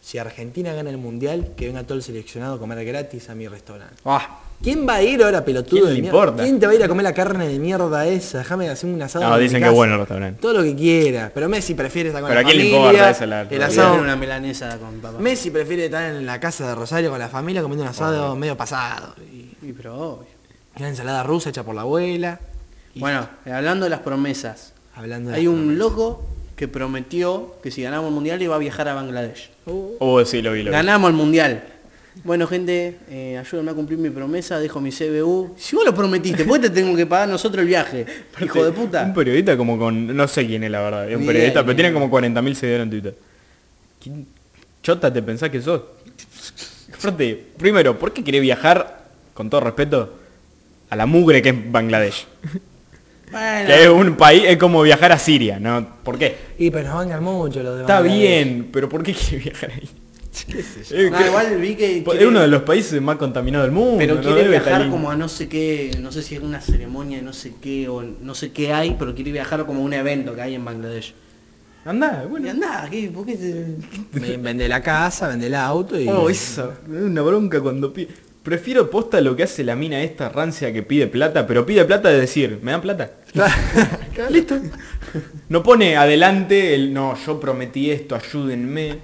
Speaker 3: Si Argentina gana el mundial, que venga todo el seleccionado a comer gratis a mi restaurante.
Speaker 1: Ah.
Speaker 3: ¿Quién va a ir ahora, pelotudo?
Speaker 1: ¿Quién
Speaker 3: de
Speaker 1: le
Speaker 3: mierda?
Speaker 1: importa?
Speaker 3: ¿Quién te va a ir a comer la carne de mierda esa? Déjame hacer un asado.
Speaker 1: No,
Speaker 3: en mi
Speaker 1: dicen que
Speaker 3: casa.
Speaker 1: es bueno el restaurante.
Speaker 3: Todo lo que quiera. Pero Messi prefiere estar con
Speaker 1: Pero
Speaker 3: la
Speaker 1: ¿a quién le
Speaker 3: familia.
Speaker 1: importa esa la-
Speaker 3: el
Speaker 1: la
Speaker 3: asado.
Speaker 2: Hacer una melanesa con papá.
Speaker 3: Messi prefiere estar en la casa de Rosario con la familia comiendo un asado medio pasado. Y
Speaker 2: Y pero obvio.
Speaker 3: y una ensalada rusa hecha por la abuela. Y-
Speaker 2: Bueno, eh, hablando de las promesas.
Speaker 3: Hablando de
Speaker 2: Hay
Speaker 3: las
Speaker 2: un loco que prometió que si ganamos el mundial iba a viajar a Bangladesh.
Speaker 1: Oh, sí, lo vi, lo vi.
Speaker 2: Ganamos el mundial. Bueno, gente, eh, ayúdenme a cumplir mi promesa, dejo mi CBU. Si vos lo prometiste, ¿por qué te tengo que pagar nosotros el viaje? Hijo de
Speaker 1: Este, Un
Speaker 2: puta.
Speaker 1: periodista como con... No sé quién es la verdad. Es un
Speaker 2: Ni
Speaker 1: periodista,
Speaker 2: idea,
Speaker 1: pero
Speaker 2: ni
Speaker 1: tiene
Speaker 2: idea.
Speaker 1: como 40.000 seguidores en Twitter. ¿Quién chota te pensás que sos? Aparte, primero, ¿por qué querés viajar, con todo respeto, a la mugre que es Bangladesh? Que es
Speaker 2: Bueno,
Speaker 1: un país, es como viajar a Siria, ¿no? ¿Por qué?
Speaker 3: Y pero nos bancan mucho los de
Speaker 1: Está
Speaker 3: Bangladesh.
Speaker 1: bien, pero ¿por qué quiere viajar ahí? Eh,
Speaker 2: No,
Speaker 1: creo-
Speaker 2: Ah, igual vi que
Speaker 1: po-
Speaker 2: quiere-
Speaker 1: es uno de los países más contaminados del mundo.
Speaker 2: pero
Speaker 1: no
Speaker 2: quiere
Speaker 1: debe estar
Speaker 2: viajar
Speaker 1: lindo.
Speaker 2: como a no sé qué, no sé si es una ceremonia, de no sé qué, o no sé qué hay, pero quiere viajar como a un evento que hay en Bangladesh.
Speaker 1: Andá, bueno.
Speaker 2: Y andá, ¿qué? ¿por qué se-
Speaker 3: Ven- Vende la casa, vende el auto y...
Speaker 1: Oh, esa, es una bronca cuando pide. Prefiero posta lo que hace la mina esta rancia que pide plata, pero pide plata de decir, ¿me dan plata? Listo. No pone adelante el, no, yo prometí esto, ayúdenme.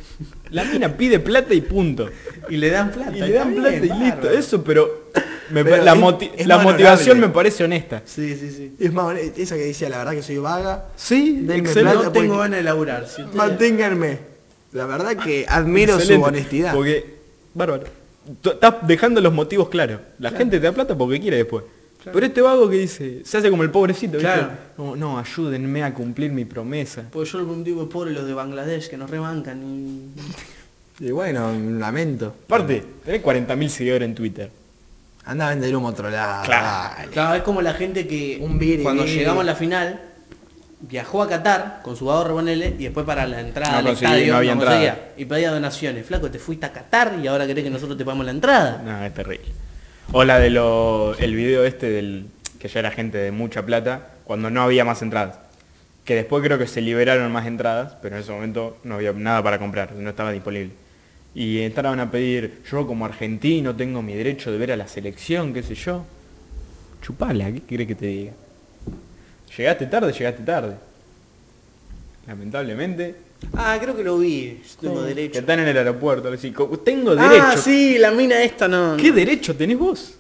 Speaker 1: La mina pide plata y punto.
Speaker 2: Y le dan plata.
Speaker 1: Y le dan
Speaker 2: está
Speaker 1: plata
Speaker 2: bien,
Speaker 1: y listo.
Speaker 2: bárbaro.
Speaker 1: Eso, pero, me pa-
Speaker 3: Pero
Speaker 1: la,
Speaker 3: es-
Speaker 1: moti-
Speaker 3: es
Speaker 1: la
Speaker 3: más
Speaker 1: motivación
Speaker 3: honorable.
Speaker 1: me parece honesta.
Speaker 2: Sí, sí, sí.
Speaker 3: Es más, esa que decía, la verdad que soy vaga.
Speaker 1: Sí,
Speaker 3: Denme
Speaker 1: excelente.
Speaker 3: plata
Speaker 2: No tengo
Speaker 3: porque-
Speaker 2: ganas de laburar. si ustedes-
Speaker 3: Manténganme. La verdad que admiro su
Speaker 1: Excelente,
Speaker 3: honestidad.
Speaker 1: Porque, bárbaro. Tú Estás dejando los motivos claros. La gente te da plata porque quiere después. Pero este vago que dice, se hace como el pobrecito, ¿viste?
Speaker 2: Claro.
Speaker 1: Como, no, ayúdenme a cumplir mi promesa.
Speaker 2: Porque yo lo digo pobre los de Bangladesh que nos rebancan y.
Speaker 3: Y bueno, lamento.
Speaker 1: Aparte, tenés 40.000 seguidores en Twitter.
Speaker 3: Anda a vender humo a otro lado.
Speaker 1: Claro.
Speaker 3: dale.
Speaker 2: Claro, es como la gente que
Speaker 3: Un viri,
Speaker 2: cuando
Speaker 3: viri.
Speaker 2: llegamos a la final viajó a Qatar con su ahorro ponele y después para la entrada
Speaker 1: No
Speaker 2: al
Speaker 1: conseguí,
Speaker 2: estadio
Speaker 1: no había
Speaker 2: conseguía,
Speaker 1: entrada.
Speaker 2: y pedía donaciones. Flaco, te fuiste a Qatar y ahora querés que nosotros te pagamos la entrada.
Speaker 1: No, es terrible. O la de lo, el video este del que ya era gente de mucha plata, cuando no había más entradas. Que después creo que se liberaron más entradas, pero en ese momento no había nada para comprar, no estaba disponible. Y entraban a pedir, yo como argentino tengo mi derecho de ver a la selección, qué sé yo. Chupala, ¿qué querés que te diga? Llegaste tarde, llegaste tarde. Lamentablemente.
Speaker 2: Ah, creo que lo vi. Yo tengo
Speaker 1: Que
Speaker 2: derecho.
Speaker 1: están en el aeropuerto, le decís, "Co- tengo derecho.
Speaker 2: Ah, sí, la mina esta no.
Speaker 1: ¿Qué derecho tenés vos?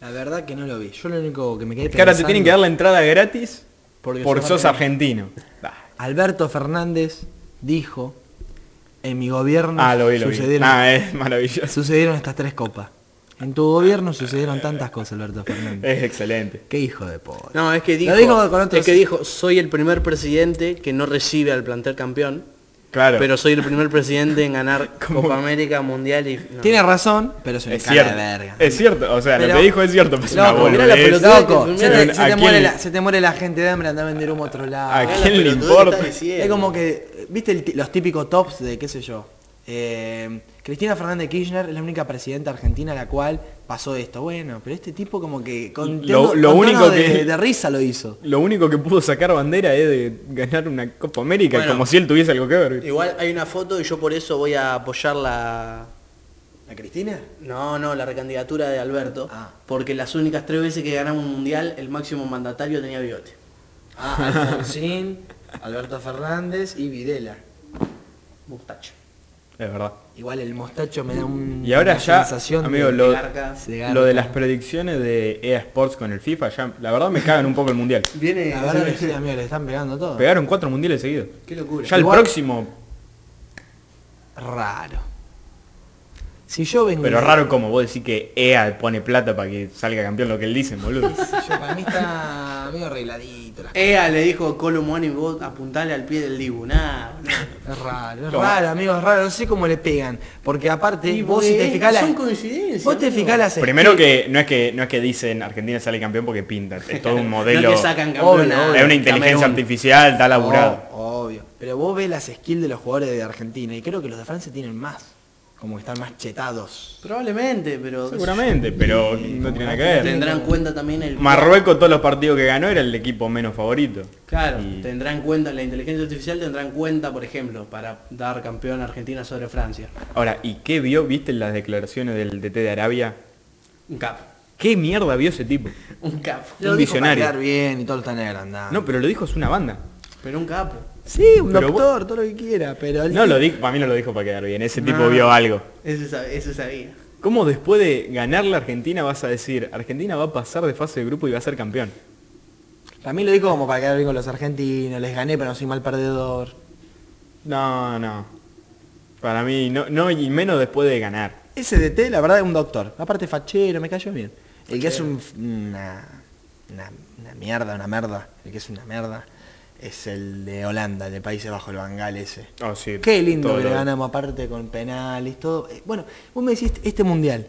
Speaker 3: La verdad que no lo vi. Yo lo único que me quedé
Speaker 1: Es que ahora te
Speaker 3: pensando-
Speaker 1: tienen que dar la entrada gratis
Speaker 3: Porque
Speaker 1: por
Speaker 3: sos
Speaker 1: sos argentino.
Speaker 3: Alberto Fernández dijo, en mi gobierno
Speaker 1: Ah, lo vi, lo vi.
Speaker 3: sucedieron,
Speaker 1: Ah, es maravilloso.
Speaker 3: sucedieron estas tres copas. En tu gobierno sucedieron tantas cosas, Alberto Fernández.
Speaker 1: Es excelente.
Speaker 3: Qué hijo de pobre.
Speaker 2: No, es que dijo,
Speaker 3: Lo dijo con otros-
Speaker 2: es que dijo, soy el primer presidente que no recibe al plantel campeón,
Speaker 1: Claro.
Speaker 2: pero soy el primer presidente en ganar
Speaker 1: ¿Cómo?
Speaker 2: Copa América Mundial y no.
Speaker 3: Tiene razón, pero es una
Speaker 1: es
Speaker 3: cara de
Speaker 1: cierto.
Speaker 3: verga.
Speaker 1: Es cierto. O sea, lo
Speaker 3: Pero-
Speaker 1: que dijo es cierto. pero es una
Speaker 3: Loco, mirá
Speaker 2: la
Speaker 1: boludez.
Speaker 2: pelota.
Speaker 3: Loco,
Speaker 2: Pero
Speaker 3: se te,
Speaker 1: ¿a
Speaker 3: se te
Speaker 1: quién-
Speaker 3: muere la, se te muere la gente de hambre, anda a vender humo a otro lado.
Speaker 1: ¿A
Speaker 2: la
Speaker 1: quién le
Speaker 2: pelotudez que
Speaker 1: importa?
Speaker 2: estás diciendo.
Speaker 3: Es como que, ¿viste el ti- los típicos tops de qué sé yo? Eh, Cristina Fernández de Kirchner es la única presidenta argentina a la cual pasó esto. Bueno, pero este tipo como que con,
Speaker 1: Lo-
Speaker 3: tono-
Speaker 1: lo
Speaker 3: con
Speaker 1: único
Speaker 3: tono de,
Speaker 1: que-
Speaker 3: de risa lo hizo.
Speaker 1: Lo único que pudo sacar bandera es de ganar una Copa América,
Speaker 2: Bueno.
Speaker 1: como si él tuviese algo que ver.
Speaker 2: Igual hay una foto y yo por eso voy a apoyar la
Speaker 3: ¿A Cristina?
Speaker 2: no, no, la recandidatura de Alberto,
Speaker 3: Ah.
Speaker 2: porque las únicas tres veces que ganamos un mundial el máximo mandatario tenía bigote.
Speaker 3: Ah, Alfonsín. Alberto Fernández y Videla.
Speaker 2: Mustacho.
Speaker 1: Es verdad.
Speaker 3: Igual el mostacho me da un,
Speaker 1: Y ahora
Speaker 3: una
Speaker 1: ya,
Speaker 3: sensación
Speaker 1: amigo,
Speaker 3: de,
Speaker 1: lo,
Speaker 2: de garca,
Speaker 3: de garca.
Speaker 1: lo de las predicciones de EA Sports con el FIFA, ya, la verdad me cagan un poco el mundial.
Speaker 2: Viene.
Speaker 3: La verdad que sí, amigo, le están pegando todo.
Speaker 1: Pegaron cuatro mundiales seguidos.
Speaker 2: Qué locura.
Speaker 1: Ya el
Speaker 3: Igual-
Speaker 1: próximo,
Speaker 3: Raro. Si yo vengo...
Speaker 1: pero raro como vos decís que EA pone plata para que salga campeón lo que él dice, boludo.
Speaker 3: Yo, para mí está medio arregladito. las-
Speaker 2: Ea le dijo Columoni, vos apuntale al pie del Dibu. Nah, boludo.
Speaker 3: Es raro, es
Speaker 1: Toma.
Speaker 3: raro, amigo, es raro. No sé cómo le pegan. Porque aparte,
Speaker 2: Y
Speaker 3: vos si te
Speaker 2: bueno,
Speaker 3: fijás... la-
Speaker 2: son coincidencias,
Speaker 3: Vos te
Speaker 2: amigo.
Speaker 3: fijás las...
Speaker 1: Primero que no es que no es que dicen Argentina sale campeón porque pinta, es todo un modelo.
Speaker 2: No que sacan campeón
Speaker 3: Obvio,
Speaker 2: a-
Speaker 3: obvio.
Speaker 1: es una inteligencia
Speaker 2: Camerún.
Speaker 1: artificial, está laburada.
Speaker 3: Oh, obvio. Pero vos ves las skills de los jugadores de Argentina y creo que los de Francia tienen más. Como que están más chetados.
Speaker 2: Probablemente, pero.
Speaker 1: Seguramente, pero no tiene nada que ver.
Speaker 2: Oh. Tendrán cuenta también el.
Speaker 1: Marruecos todos los partidos que ganó era el equipo menos favorito.
Speaker 2: Claro,
Speaker 1: Y-
Speaker 2: tendrán cuenta, la inteligencia artificial tendrán cuenta, por ejemplo, para dar campeón a Argentina sobre Francia.
Speaker 1: Ahora, ¿y qué vio? ¿Viste las declaraciones del DT de Arabia?
Speaker 2: Un cap.
Speaker 1: ¿Qué mierda vio ese tipo?
Speaker 2: Un capo.
Speaker 1: Un
Speaker 3: dijo para
Speaker 1: visionario.
Speaker 3: quedar bien y todo lo están
Speaker 2: Ah.
Speaker 3: agrandando.
Speaker 1: No, pero lo dijo es una banda.
Speaker 2: Pero un capo.
Speaker 3: sí, un
Speaker 1: pero
Speaker 3: doctor, todo lo que quiera, pero... él-
Speaker 1: No lo dijo, para mí no lo dijo para quedar bien, ese tipo
Speaker 2: No.
Speaker 1: vio algo.
Speaker 2: Eso, sab- eso sabía.
Speaker 1: ¿Cómo después de ganar la Argentina vas a decir, Argentina va a pasar de fase de grupo y va a ser campeón?
Speaker 3: Para mí lo dijo como para quedar bien con los argentinos, les gané pero no soy mal perdedor.
Speaker 1: No, no. Para mí, no, no y menos después de ganar.
Speaker 3: Ese DT, la verdad, es un doctor. Aparte fachero, me cayó bien. El que es un, una, una, una mierda, una merda. El que es una merda es el de Holanda, el de Países Bajos, el Bangal ese.
Speaker 1: Oh, sí,
Speaker 3: Qué lindo
Speaker 1: todo
Speaker 3: que le
Speaker 1: lo-
Speaker 3: ganamos aparte con penales, todo. Eh, Bueno, vos me decís, este mundial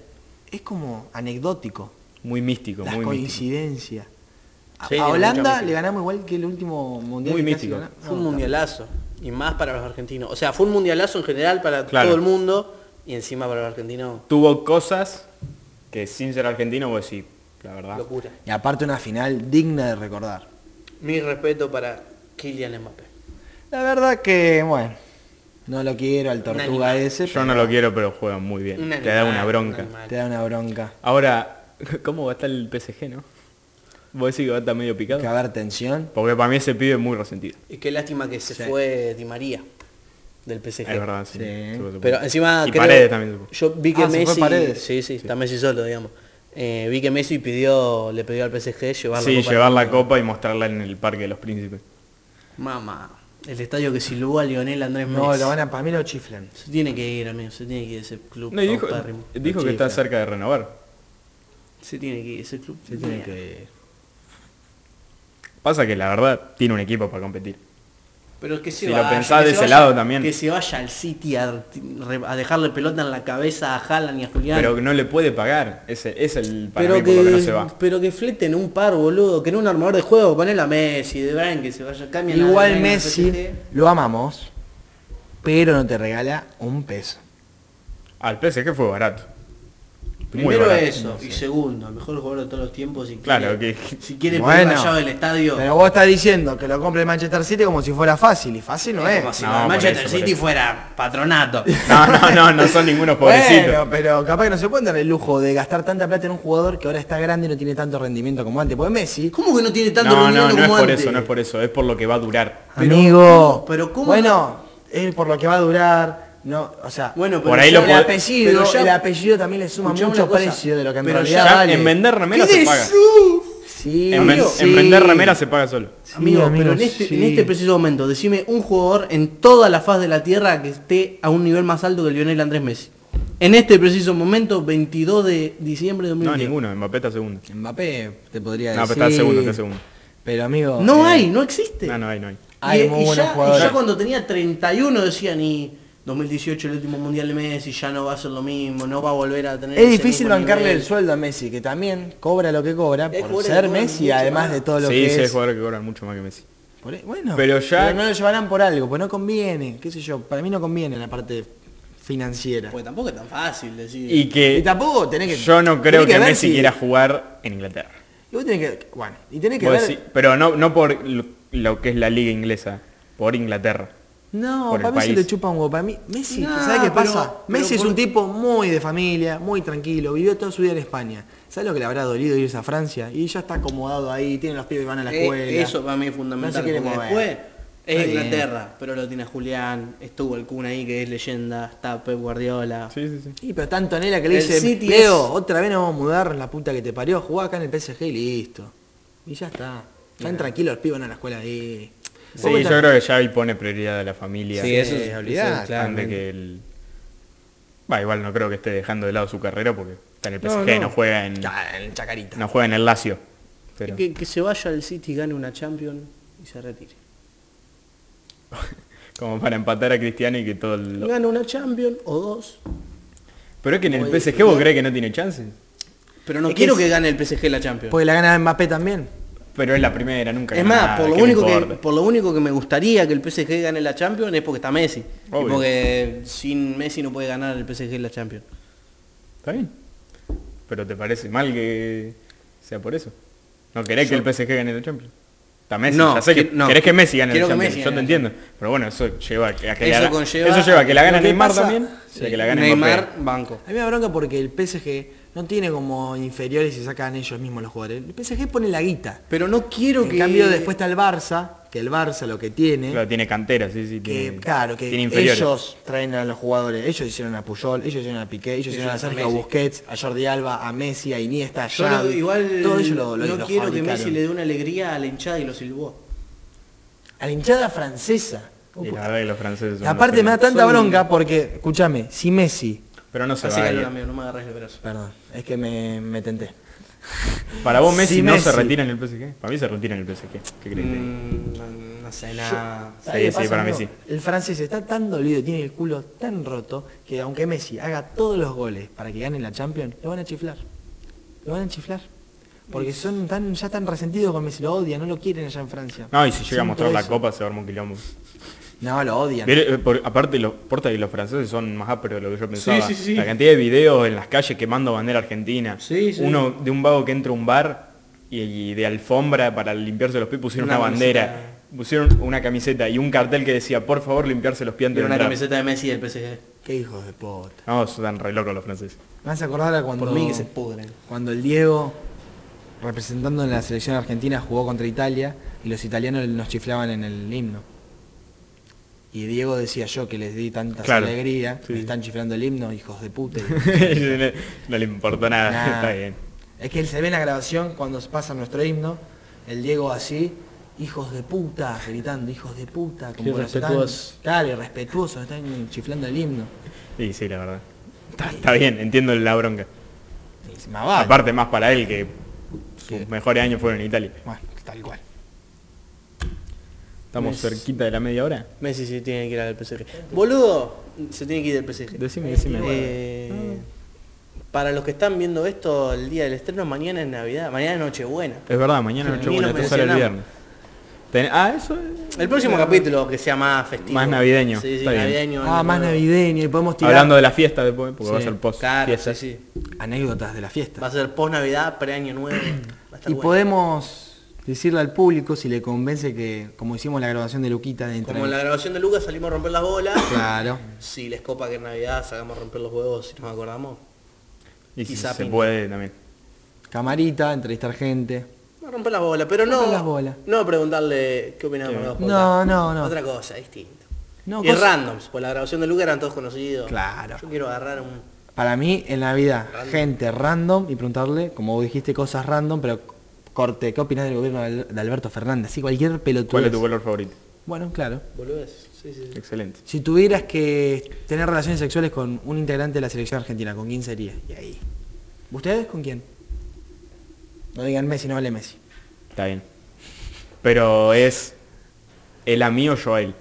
Speaker 3: es como anecdótico,
Speaker 1: Muy místico,
Speaker 3: las
Speaker 1: muy místico.
Speaker 3: coincidencias. A-
Speaker 1: Sí,
Speaker 3: a,
Speaker 1: tiene mucha
Speaker 3: Holanda
Speaker 1: mística.
Speaker 3: le ganamos igual que el último mundial.
Speaker 1: Muy
Speaker 3: que casi
Speaker 1: místico.
Speaker 3: ganamos.
Speaker 2: Fue un
Speaker 3: No,
Speaker 2: mundialazo. Y más para los argentinos. O sea, fue un mundialazo en general para
Speaker 1: Claro.
Speaker 2: todo el mundo. Y encima para los argentinos,
Speaker 1: Tuvo cosas que sin ser argentino vos decís, la verdad.
Speaker 2: locura.
Speaker 3: Y aparte una final digna de recordar.
Speaker 2: Mi respeto para Kylian Mbappé.
Speaker 3: La verdad que, bueno, no lo quiero al
Speaker 2: animal.
Speaker 3: tortuga ese.
Speaker 1: Yo no lo quiero, pero juega muy bien.
Speaker 2: Un
Speaker 1: Te da
Speaker 2: animal,
Speaker 1: una bronca.
Speaker 2: un animal.
Speaker 3: Te da una bronca.
Speaker 1: Ahora, ¿cómo va a estar el PSG, no? ¿Vos decís que va a estar medio picado?
Speaker 3: Que va a haber tensión.
Speaker 1: Porque para mí ese pibe es muy resentido.
Speaker 2: Y qué lástima que se
Speaker 3: Sí.
Speaker 2: fue Di María del PSG.
Speaker 1: Es verdad, sí.
Speaker 3: Sí.
Speaker 1: Supo, supo.
Speaker 2: Pero encima
Speaker 1: y
Speaker 2: creo-
Speaker 1: Paredes también supo.
Speaker 2: Yo vi que
Speaker 3: Ah, se fue
Speaker 2: Messi.
Speaker 3: Paredes.
Speaker 2: Sí, sí, está Messi solo, digamos. Eh, vi que Messi pidió, le pidió al PSG llevar
Speaker 1: Sí,
Speaker 2: la copa.
Speaker 1: llevar la copa y mostrarla en el Parque de los Príncipes.
Speaker 2: Mamá, el estadio que silbó a Lionel Andrés Messi.
Speaker 3: No, lo van a, para mí lo chiflan.
Speaker 2: Se tiene que ir, amigo, se tiene que ir ese club.
Speaker 1: No, y dijo,
Speaker 2: paupérrimo.
Speaker 1: dijo que está
Speaker 3: Chifla.
Speaker 1: cerca de renovar.
Speaker 2: Se tiene que ir ese club.
Speaker 3: Se tiene que...
Speaker 1: Pasa que la verdad tiene un equipo para competir.
Speaker 2: Pero que se
Speaker 1: Si lo
Speaker 2: vaya,
Speaker 1: pensás
Speaker 2: que
Speaker 1: de ese
Speaker 2: se vaya-
Speaker 1: lado también.
Speaker 2: Que se vaya al City a, a dejarle pelota en la cabeza a Haaland y a Julián.
Speaker 1: Pero no le puede pagar. Ese es el para
Speaker 2: Pero
Speaker 1: mí por lo
Speaker 2: que,
Speaker 1: que no se va.
Speaker 2: pero que fleten un par, boludo, que en un armador de juego, ponele a Messi, de Brian que se vaya, cambien a-
Speaker 3: Igual
Speaker 2: a-
Speaker 3: Messi, lo amamos, pero no te regala un peso.
Speaker 1: Al PSG fue barato. Muy
Speaker 2: Primero
Speaker 1: barato.
Speaker 2: eso, y segundo, el mejor jugador de todos los tiempos, si
Speaker 1: Claro,
Speaker 2: quiere,
Speaker 1: que-
Speaker 2: si quiere
Speaker 3: Bueno,
Speaker 2: poner la llave del estadio,
Speaker 3: Pero vos estás diciendo que lo compre el Manchester City como si fuera fácil, y fácil no
Speaker 2: es
Speaker 3: es.
Speaker 2: como si
Speaker 1: No,
Speaker 2: el
Speaker 1: por
Speaker 2: Manchester
Speaker 1: eso, por
Speaker 2: City
Speaker 1: eso.
Speaker 2: fuera patronato.
Speaker 1: No, no, no, no son ningunos pobrecitos.
Speaker 3: Bueno, pero capaz que no se pueden dar el lujo de gastar tanta plata en un jugador que ahora está grande y no tiene tanto rendimiento como antes. Porque Messi,
Speaker 2: ¿Cómo que no tiene tanto
Speaker 1: no, no,
Speaker 2: rendimiento
Speaker 1: no es
Speaker 2: como
Speaker 1: por
Speaker 2: antes?
Speaker 1: eso, no es por eso, es por lo que va a durar.
Speaker 2: Pero-
Speaker 3: amigo,
Speaker 2: pero ¿cómo
Speaker 3: bueno, es por lo que va a durar, no, o sea,
Speaker 2: Bueno, pero
Speaker 1: Por ahí
Speaker 2: ya-
Speaker 1: lo
Speaker 3: el
Speaker 1: pod-
Speaker 3: apellido,
Speaker 2: pero ya-
Speaker 3: el apellido también le suma
Speaker 2: Escuchame
Speaker 3: mucho
Speaker 2: una cosa,
Speaker 3: precio de lo que en
Speaker 2: pero
Speaker 3: realidad
Speaker 1: Ya
Speaker 3: vale.
Speaker 1: en vender remeras
Speaker 2: ¡Qué
Speaker 1: se paga.
Speaker 2: desuf!
Speaker 3: Sí,
Speaker 1: En, ven-
Speaker 3: sí.
Speaker 1: en vender remeras se paga solo.
Speaker 3: Sí,
Speaker 2: Amigo, pero en
Speaker 3: amigo,
Speaker 2: este,
Speaker 3: sí.
Speaker 2: en este preciso momento, decime un jugador en toda la faz de la tierra que esté a un nivel más alto que Lionel Andrés Messi. En este preciso momento, 22 de diciembre de
Speaker 1: No,
Speaker 2: 2020.
Speaker 1: ninguno, Mbappé está segundo.
Speaker 3: Mbappé te podría
Speaker 1: No,
Speaker 3: decir.
Speaker 1: pero está segundo, está segundo.
Speaker 3: Pero amigo,
Speaker 2: No
Speaker 3: eh,
Speaker 2: hay, no existe.
Speaker 1: No, no hay, no hay.
Speaker 3: Hay
Speaker 2: y,
Speaker 3: muy
Speaker 2: y
Speaker 3: buenos
Speaker 2: ya, y
Speaker 3: jugadores.
Speaker 2: ya cuando tenía 31 decían, y 2018 el último mundial de Messi, ya no va a ser lo mismo, no va a volver a tener...
Speaker 3: Es
Speaker 2: ese
Speaker 3: difícil
Speaker 2: mismo
Speaker 3: bancarle
Speaker 2: nivel".
Speaker 3: el sueldo a Messi, que también cobra lo que cobra
Speaker 2: Hay
Speaker 3: por
Speaker 2: jugadores
Speaker 3: ser
Speaker 2: que cobran
Speaker 3: Messi,
Speaker 2: mucho
Speaker 3: además
Speaker 2: más.
Speaker 3: de todo lo
Speaker 1: Sí,
Speaker 3: que
Speaker 1: sí, hay
Speaker 3: es.
Speaker 1: jugadores que cobran mucho más que Messi.
Speaker 3: Por ahí- bueno,
Speaker 1: Pero ya-
Speaker 3: no lo llevarán por algo, pues no conviene, qué sé yo, para mí no conviene la parte financiera.
Speaker 2: Porque tampoco es tan fácil decir...
Speaker 1: Y que
Speaker 3: y tampoco tenés que
Speaker 1: yo no creo
Speaker 3: tenés
Speaker 1: que,
Speaker 3: ver
Speaker 1: Messi
Speaker 3: si-
Speaker 1: quiera jugar en Inglaterra.
Speaker 3: y vos tenés que, bueno, y tenés que
Speaker 1: Vos
Speaker 3: ver
Speaker 1: decís- pero no, no por lo, lo que es la liga inglesa, por Inglaterra.
Speaker 3: No,
Speaker 1: por
Speaker 3: para
Speaker 1: el
Speaker 3: mí se
Speaker 1: país.
Speaker 3: le chupa un huevo. Para mí, Messi,
Speaker 2: No,
Speaker 3: ¿sabes qué
Speaker 2: pero-
Speaker 3: pasa?
Speaker 2: pero
Speaker 3: Messi es
Speaker 2: por-
Speaker 3: un tipo muy de familia, muy tranquilo, vivió toda su vida en España. ¿Sabes lo que le habrá dolido irse a Francia? Y ya está acomodado ahí, tiene los pibes que van a la
Speaker 2: Eh,
Speaker 3: escuela.
Speaker 2: Eso para mí es fundamental.
Speaker 3: No se quiere
Speaker 2: porque
Speaker 3: mover.
Speaker 2: después Es
Speaker 3: Está bien.
Speaker 2: Inglaterra, pero lo tiene a Julián, estuvo el Kun ahí que es leyenda, está Pep Guardiola.
Speaker 1: Sí, sí, sí.
Speaker 3: Sí, pero tanto anhela que le
Speaker 2: El
Speaker 3: dice,
Speaker 2: City
Speaker 3: Leo,
Speaker 2: es-
Speaker 3: otra vez nos vamos a mudar la puta que te parió, jugá acá en el PSG y listo. Y ya está. Están tranquilos los pibes van a la escuela ahí.
Speaker 1: Sí,
Speaker 3: Vos
Speaker 1: yo
Speaker 3: pensás-
Speaker 1: creo que Xavi pone prioridad a la familia.
Speaker 4: Sí, eso es olvidar,
Speaker 1: antes
Speaker 4: claramente.
Speaker 1: que el... Va, igual no creo que esté dejando de lado su carrera porque está en el
Speaker 4: No,
Speaker 1: PSG y
Speaker 4: no.
Speaker 1: no juega en,
Speaker 3: Ah, el Chacarita.
Speaker 1: no juega en el Lazio. Pero-
Speaker 2: Que, que se vaya al City, gane una Champions y se retire.
Speaker 1: Como para empatar a Cristiano y que todo el...
Speaker 2: Gana una Champions o dos.
Speaker 1: Pero es que en el
Speaker 3: Como
Speaker 1: PSG vos crees que no tiene chances.
Speaker 2: Pero no
Speaker 3: Es que
Speaker 2: quiero
Speaker 3: es-
Speaker 2: que, gane el PSG la Champions.
Speaker 3: Porque la gana Mbappé también.
Speaker 1: Pero es la primera, nunca
Speaker 2: es
Speaker 1: ganó
Speaker 2: más,
Speaker 1: nada,
Speaker 2: por lo,
Speaker 1: ¿qué me
Speaker 2: único que,
Speaker 1: importa?
Speaker 2: por lo único que me gustaría que el PSG gane la Champions es porque está Messi. Y
Speaker 1: Obvio.
Speaker 2: porque sin Messi no puede ganar el PSG la Champions.
Speaker 1: Está bien. Pero te parece mal que sea por eso. No querés que el PSG gane la Champions. Está Messi,
Speaker 2: No,
Speaker 1: ya sé que,
Speaker 2: que- no.
Speaker 1: querés que Messi gane la
Speaker 2: Quiero que
Speaker 1: Champions,
Speaker 2: Messi
Speaker 1: yo
Speaker 2: gane
Speaker 1: te
Speaker 2: la
Speaker 1: entiendo. Pero bueno, eso lleva a que a que
Speaker 2: Eso
Speaker 1: la,
Speaker 2: conlleva-
Speaker 1: eso lleva a que la gane
Speaker 3: Lo que
Speaker 1: Neymar
Speaker 3: pasa-
Speaker 1: también y a que la gane Mbappé.
Speaker 2: Neymar, banco.
Speaker 3: A mí me da bronca porque el PSG no tiene como inferiores y sacan ellos mismos los jugadores. El PSG pone la guita.
Speaker 2: Pero no quiero que...
Speaker 3: En cambio después está el Barça, que el Barça lo que tiene,
Speaker 1: Claro, tiene cantera, sí, sí.
Speaker 3: ¿eh? que
Speaker 1: tiene-
Speaker 3: claro, que
Speaker 1: tiene inferiores.
Speaker 3: ellos traen a los jugadores, ellos hicieron a Puyol, ellos hicieron a Piqué, ellos, hicieron a
Speaker 2: hicieron a
Speaker 3: Sergio
Speaker 2: Messi.
Speaker 3: Busquets, a Jordi Alba, a Messi, a Iniesta, a
Speaker 2: Yo no-
Speaker 3: Xavi.
Speaker 2: igual
Speaker 3: todos ellos lo,
Speaker 2: no
Speaker 3: lo- lo
Speaker 2: quiero que
Speaker 3: fabricaron.
Speaker 2: Messi le dé una alegría a la hinchada y lo silbó.
Speaker 3: A la hinchada francesa.
Speaker 1: Y la verdad que los franceses son
Speaker 3: Aparte
Speaker 1: los
Speaker 3: me da
Speaker 1: peores.
Speaker 3: tanta
Speaker 2: Son-
Speaker 3: bronca porque, escúchame, si Messi...
Speaker 1: Pero no se
Speaker 2: Hace
Speaker 1: va a
Speaker 2: calor,
Speaker 1: ir.
Speaker 2: amigo, no me agarres el brazo.
Speaker 3: Perdón, es que me, me tenté.
Speaker 1: Para vos
Speaker 3: Si
Speaker 1: Messi no
Speaker 3: Messi-
Speaker 1: se retira en el PSG. Para mí se retira en el PSG. ¿Qué crees?
Speaker 2: Mm, no- no sé nada.
Speaker 1: Sí,
Speaker 3: ¿Sabés qué
Speaker 1: sí, para mí
Speaker 3: amigo? El francés está tan dolido, y tiene el culo tan roto, que aunque Messi haga todos los goles para que gane la Champions, lo van a chiflar. Lo van a chiflar. Porque son tan, ya tan resentidos con Messi, lo odian, no lo quieren allá en Francia.
Speaker 1: No, y si llega a mostrar
Speaker 3: Siento
Speaker 1: la
Speaker 3: eso.
Speaker 1: copa se va a armar un quilombo.
Speaker 3: No, lo odian.
Speaker 1: Vieron, eh, por- aparte, los, porta que los franceses son más ásperos de lo que yo pensaba.
Speaker 2: sí, sí.
Speaker 1: La cantidad de videos en las calles quemando bandera argentina.
Speaker 2: Sí, sí.
Speaker 1: Uno de un vago que entra a un bar y, y de alfombra para limpiarse los pies pusieron
Speaker 2: Una
Speaker 1: una, bandera.
Speaker 2: camiseta.
Speaker 1: Pusieron una camiseta y un cartel que decía, por favor, limpiarse los pies antes
Speaker 2: Tiene
Speaker 1: de
Speaker 2: una
Speaker 1: entrar.
Speaker 2: camiseta de Messi del PSG.
Speaker 3: Qué hijos de puta.
Speaker 1: No, están re locos los franceses.
Speaker 3: Me vas a acordar a cuando,
Speaker 2: Por mí que se pudren.
Speaker 3: cuando el Diego, representando en la selección argentina, jugó contra Italia y los italianos nos chiflaban en el himno. Y Diego decía yo que les di tanta
Speaker 1: Claro.
Speaker 3: alegría,
Speaker 1: Sí.
Speaker 3: me están chiflando el himno, hijos de puta.
Speaker 1: no, no le importó nada.
Speaker 3: Nah.
Speaker 1: Ah, Está bien.
Speaker 3: Es que él se ve en la grabación cuando pasa nuestro himno, el Diego así, hijos de puta, gritando, hijos de puta, como que nos están-
Speaker 2: respetuoso.
Speaker 3: claro, irrespetuoso, nos están chiflando el himno.
Speaker 1: Y sí, la verdad. Está, está bien, entiendo la bronca.
Speaker 3: Y más vale.
Speaker 1: Aparte, más para él que sus
Speaker 3: Sí.
Speaker 1: mejores años fueron en Italia.
Speaker 3: Bueno, tal cual.
Speaker 1: Estamos
Speaker 2: Es-
Speaker 1: cerquita de la media hora.
Speaker 2: Messi se tiene que ir al PSG. Boludo, se tiene que ir del PSG.
Speaker 1: Decime, decime.
Speaker 2: Eh, para los que están viendo esto, el día del estreno mañana es Navidad, mañana es Nochebuena.
Speaker 1: Es verdad, mañana
Speaker 2: Sí.
Speaker 1: noche
Speaker 2: Ni
Speaker 1: buena,
Speaker 2: lo
Speaker 1: esto sale el
Speaker 2: mencionamos.
Speaker 1: viernes. Ten- ah, eso es-
Speaker 2: El próximo capítulo que sea más festivo.
Speaker 1: Más navideño,
Speaker 2: Sí, sí,
Speaker 1: está bien.
Speaker 2: navideño.
Speaker 3: Ah,
Speaker 2: año
Speaker 3: más
Speaker 2: nuevo.
Speaker 3: navideño y podemos tirar
Speaker 1: Hablando de la fiesta después, porque va a
Speaker 3: Sí.
Speaker 1: ser post
Speaker 2: Claro,
Speaker 1: fiesta.
Speaker 2: sí, sí.
Speaker 3: anécdotas de la
Speaker 2: Va a
Speaker 3: fiesta.
Speaker 2: ser post Navidad, pre-año nuevo. Va a estar
Speaker 3: Y
Speaker 2: bueno.
Speaker 3: podemos decirle al público si le convence que, como hicimos la grabación de Luquita de
Speaker 2: Como en la
Speaker 3: entrada-
Speaker 2: grabación de Lucas salimos a romper las bolas.
Speaker 3: Claro.
Speaker 2: Si les copa que en Navidad salgamos a romper los huevos, si nos acordamos.
Speaker 1: Y si
Speaker 2: Y
Speaker 1: se
Speaker 2: zapping.
Speaker 1: puede también.
Speaker 3: Camarita, entrevistar gente.
Speaker 2: No romper las bolas, pero no.
Speaker 3: Romper las bolas.
Speaker 2: No preguntarle qué opinaba
Speaker 1: Sí.
Speaker 2: Marcos
Speaker 3: No, no, no.
Speaker 2: Otra cosa, distinto.
Speaker 3: No,
Speaker 2: y
Speaker 3: cosas-
Speaker 2: randoms, por la grabación de Lucas eran todos conocidos.
Speaker 3: Claro.
Speaker 2: Yo quiero agarrar un.
Speaker 3: Para mí, en Navidad,
Speaker 2: Random.
Speaker 3: gente random y preguntarle, como vos dijiste, cosas random, pero corte, ¿qué opinas del gobierno de Al- de Alberto Fernández? Sí, cualquier pelotudez.
Speaker 1: ¿Cuál es tu color favorito?
Speaker 3: Bueno, claro.
Speaker 2: boludez. Sí, sí, sí.
Speaker 1: Excelente.
Speaker 3: Si tuvieras que tener relaciones sexuales con un integrante de la selección argentina, ¿con quién sería? Y ahí. ¿Ustedes con quién? No digan Messi, no vale Messi.
Speaker 1: Está bien. Pero es el a mí o yo a él.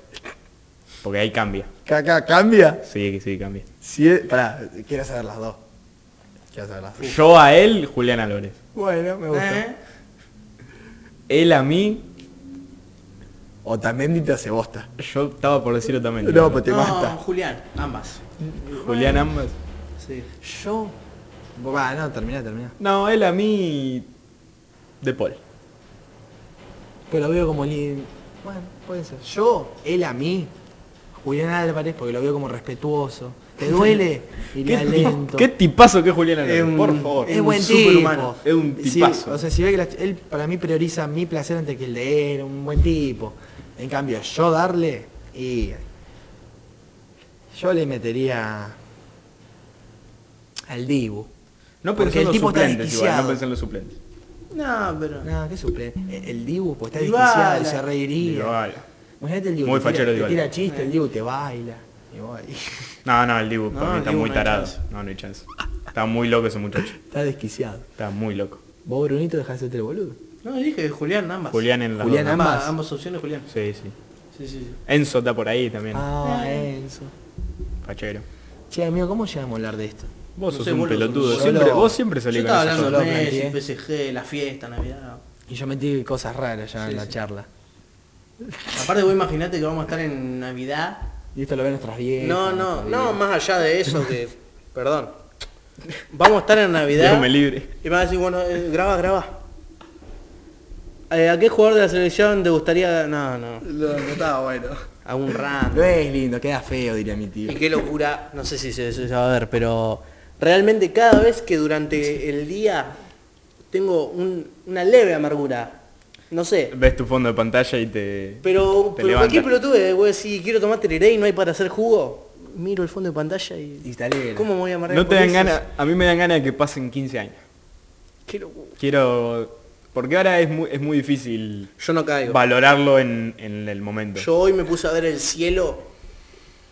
Speaker 1: Porque ahí cambia.
Speaker 3: Caca, cambia.
Speaker 1: Sí, sí, cambia.
Speaker 3: Si es... Pará, quiero saber las dos. Quiero saber las dos.
Speaker 1: Yo a él, Julián Álvarez.
Speaker 3: Bueno, me gusta.
Speaker 2: ¿Eh?
Speaker 1: Él a mí,
Speaker 3: O también te hace bosta.
Speaker 1: yo estaba por decirlo también.
Speaker 3: No, pues te
Speaker 2: no,
Speaker 3: mata.
Speaker 2: Julián, ambas.
Speaker 1: Julián ambas.
Speaker 2: Sí.
Speaker 3: Yo... Va, no, termina, termina.
Speaker 1: No, él a mí, De Paul.
Speaker 3: Pero Pues lo veo como li- Bueno, puede ser. Yo, él a mí, Julián Álvarez, porque lo veo como respetuoso. Te duele y le
Speaker 1: ¿Qué, ti-
Speaker 3: alento.
Speaker 1: qué tipazo que es Julián Álvarez?
Speaker 2: Es un-
Speaker 1: por favor.
Speaker 3: es
Speaker 2: un
Speaker 3: buen tipo.
Speaker 2: superhumano,
Speaker 1: es un
Speaker 3: Sí,
Speaker 1: tipazo.
Speaker 3: o sea, si ve que la- él para mí prioriza mi placer antes que el de él, un buen tipo. En cambio, yo darle y yo le metería al Dibu.
Speaker 1: No
Speaker 3: Porque
Speaker 1: pensé en
Speaker 3: el
Speaker 1: los
Speaker 3: tipo está
Speaker 1: suplentes igual,
Speaker 3: desquiciado.
Speaker 1: no pensé en los suplentes.
Speaker 2: No, pero.
Speaker 3: No, qué suple. El el Dibu, pues está
Speaker 2: Dybala.
Speaker 3: desquiciado y se reiría.
Speaker 1: Dybala.
Speaker 3: Imagínate el Dibu.
Speaker 1: Muy
Speaker 3: te tira-
Speaker 1: fachero
Speaker 3: te
Speaker 1: Dybala.
Speaker 3: tira chiste, el Dibu te baila. Y vos ahí-
Speaker 1: No, no, el Dibu
Speaker 3: No,
Speaker 1: para mí
Speaker 3: el
Speaker 1: está
Speaker 3: Dibu
Speaker 1: muy
Speaker 3: no hay
Speaker 1: tarado.
Speaker 3: chance.
Speaker 1: No, no hay chance. Está muy loco ese muchacho.
Speaker 3: Está desquiciado.
Speaker 1: Está muy loco.
Speaker 3: Vos, Brunito, dejás de ser boludo.
Speaker 2: No, dije Julián ambas.
Speaker 1: Julián en la
Speaker 3: Ah, Julián
Speaker 1: dos.
Speaker 3: ambas.
Speaker 2: ambas. Ambas opciones, Julián.
Speaker 1: Sí, sí.
Speaker 2: Sí, sí, sí.
Speaker 1: Enzo está por ahí también.
Speaker 3: Ah, Enzo.
Speaker 1: Fachero.
Speaker 3: Che, amigo, ¿cómo llegamos a hablar de esto?
Speaker 1: Vos
Speaker 2: No
Speaker 1: sos
Speaker 2: sé,
Speaker 1: un
Speaker 2: vos lo sos un
Speaker 1: pelotudo.
Speaker 3: boludo.
Speaker 1: Siempre,
Speaker 3: Yo lo-
Speaker 1: vos siempre
Speaker 2: Yo
Speaker 1: salís
Speaker 2: estaba
Speaker 1: con esa
Speaker 2: hablando de
Speaker 1: joda.
Speaker 2: los
Speaker 3: yo lo
Speaker 2: Messi,
Speaker 3: metí,
Speaker 2: PSG, la fiesta, Navidad.
Speaker 3: Y yo metí cosas raras ya en la charla.
Speaker 2: Aparte vos imaginate que vamos a estar en Navidad.
Speaker 3: Y esto lo ven nuestras viejas.
Speaker 2: No, no,
Speaker 3: nuestros
Speaker 2: no,
Speaker 3: viejos.
Speaker 2: más allá de eso que. Perdón. Vamos a estar en Navidad.
Speaker 1: Déjame libre.
Speaker 2: Y me van a decir, bueno, eh, graba, graba. Eh, ¿A qué jugador de la selección te gustaría.? No, no.
Speaker 4: No, no estaba bueno.
Speaker 2: A un random.
Speaker 3: No es lindo, queda feo, diría mi tío.
Speaker 2: Y qué locura, no sé si se, se va a ver, pero realmente cada vez que durante el día tengo un- una leve amargura, no sé,
Speaker 1: Ves tu fondo de pantalla y te...
Speaker 2: pero,
Speaker 1: Te
Speaker 2: pero
Speaker 1: levanta.
Speaker 2: cualquier pelotude, voy a decir, quiero tomar tereré y no hay para hacer jugo, miro el fondo de pantalla y...
Speaker 3: Y te alegra.
Speaker 2: ¿Cómo me voy a amargar?
Speaker 1: No te
Speaker 2: por
Speaker 1: dan
Speaker 2: eso?
Speaker 1: ganas... A mí me dan ganas de que pasen 15 años.
Speaker 2: Qué locura.
Speaker 1: Quiero... Porque ahora es muy, es muy difícil
Speaker 2: Yo no caigo.
Speaker 1: valorarlo en, en el momento.
Speaker 2: Yo hoy me puse a ver el cielo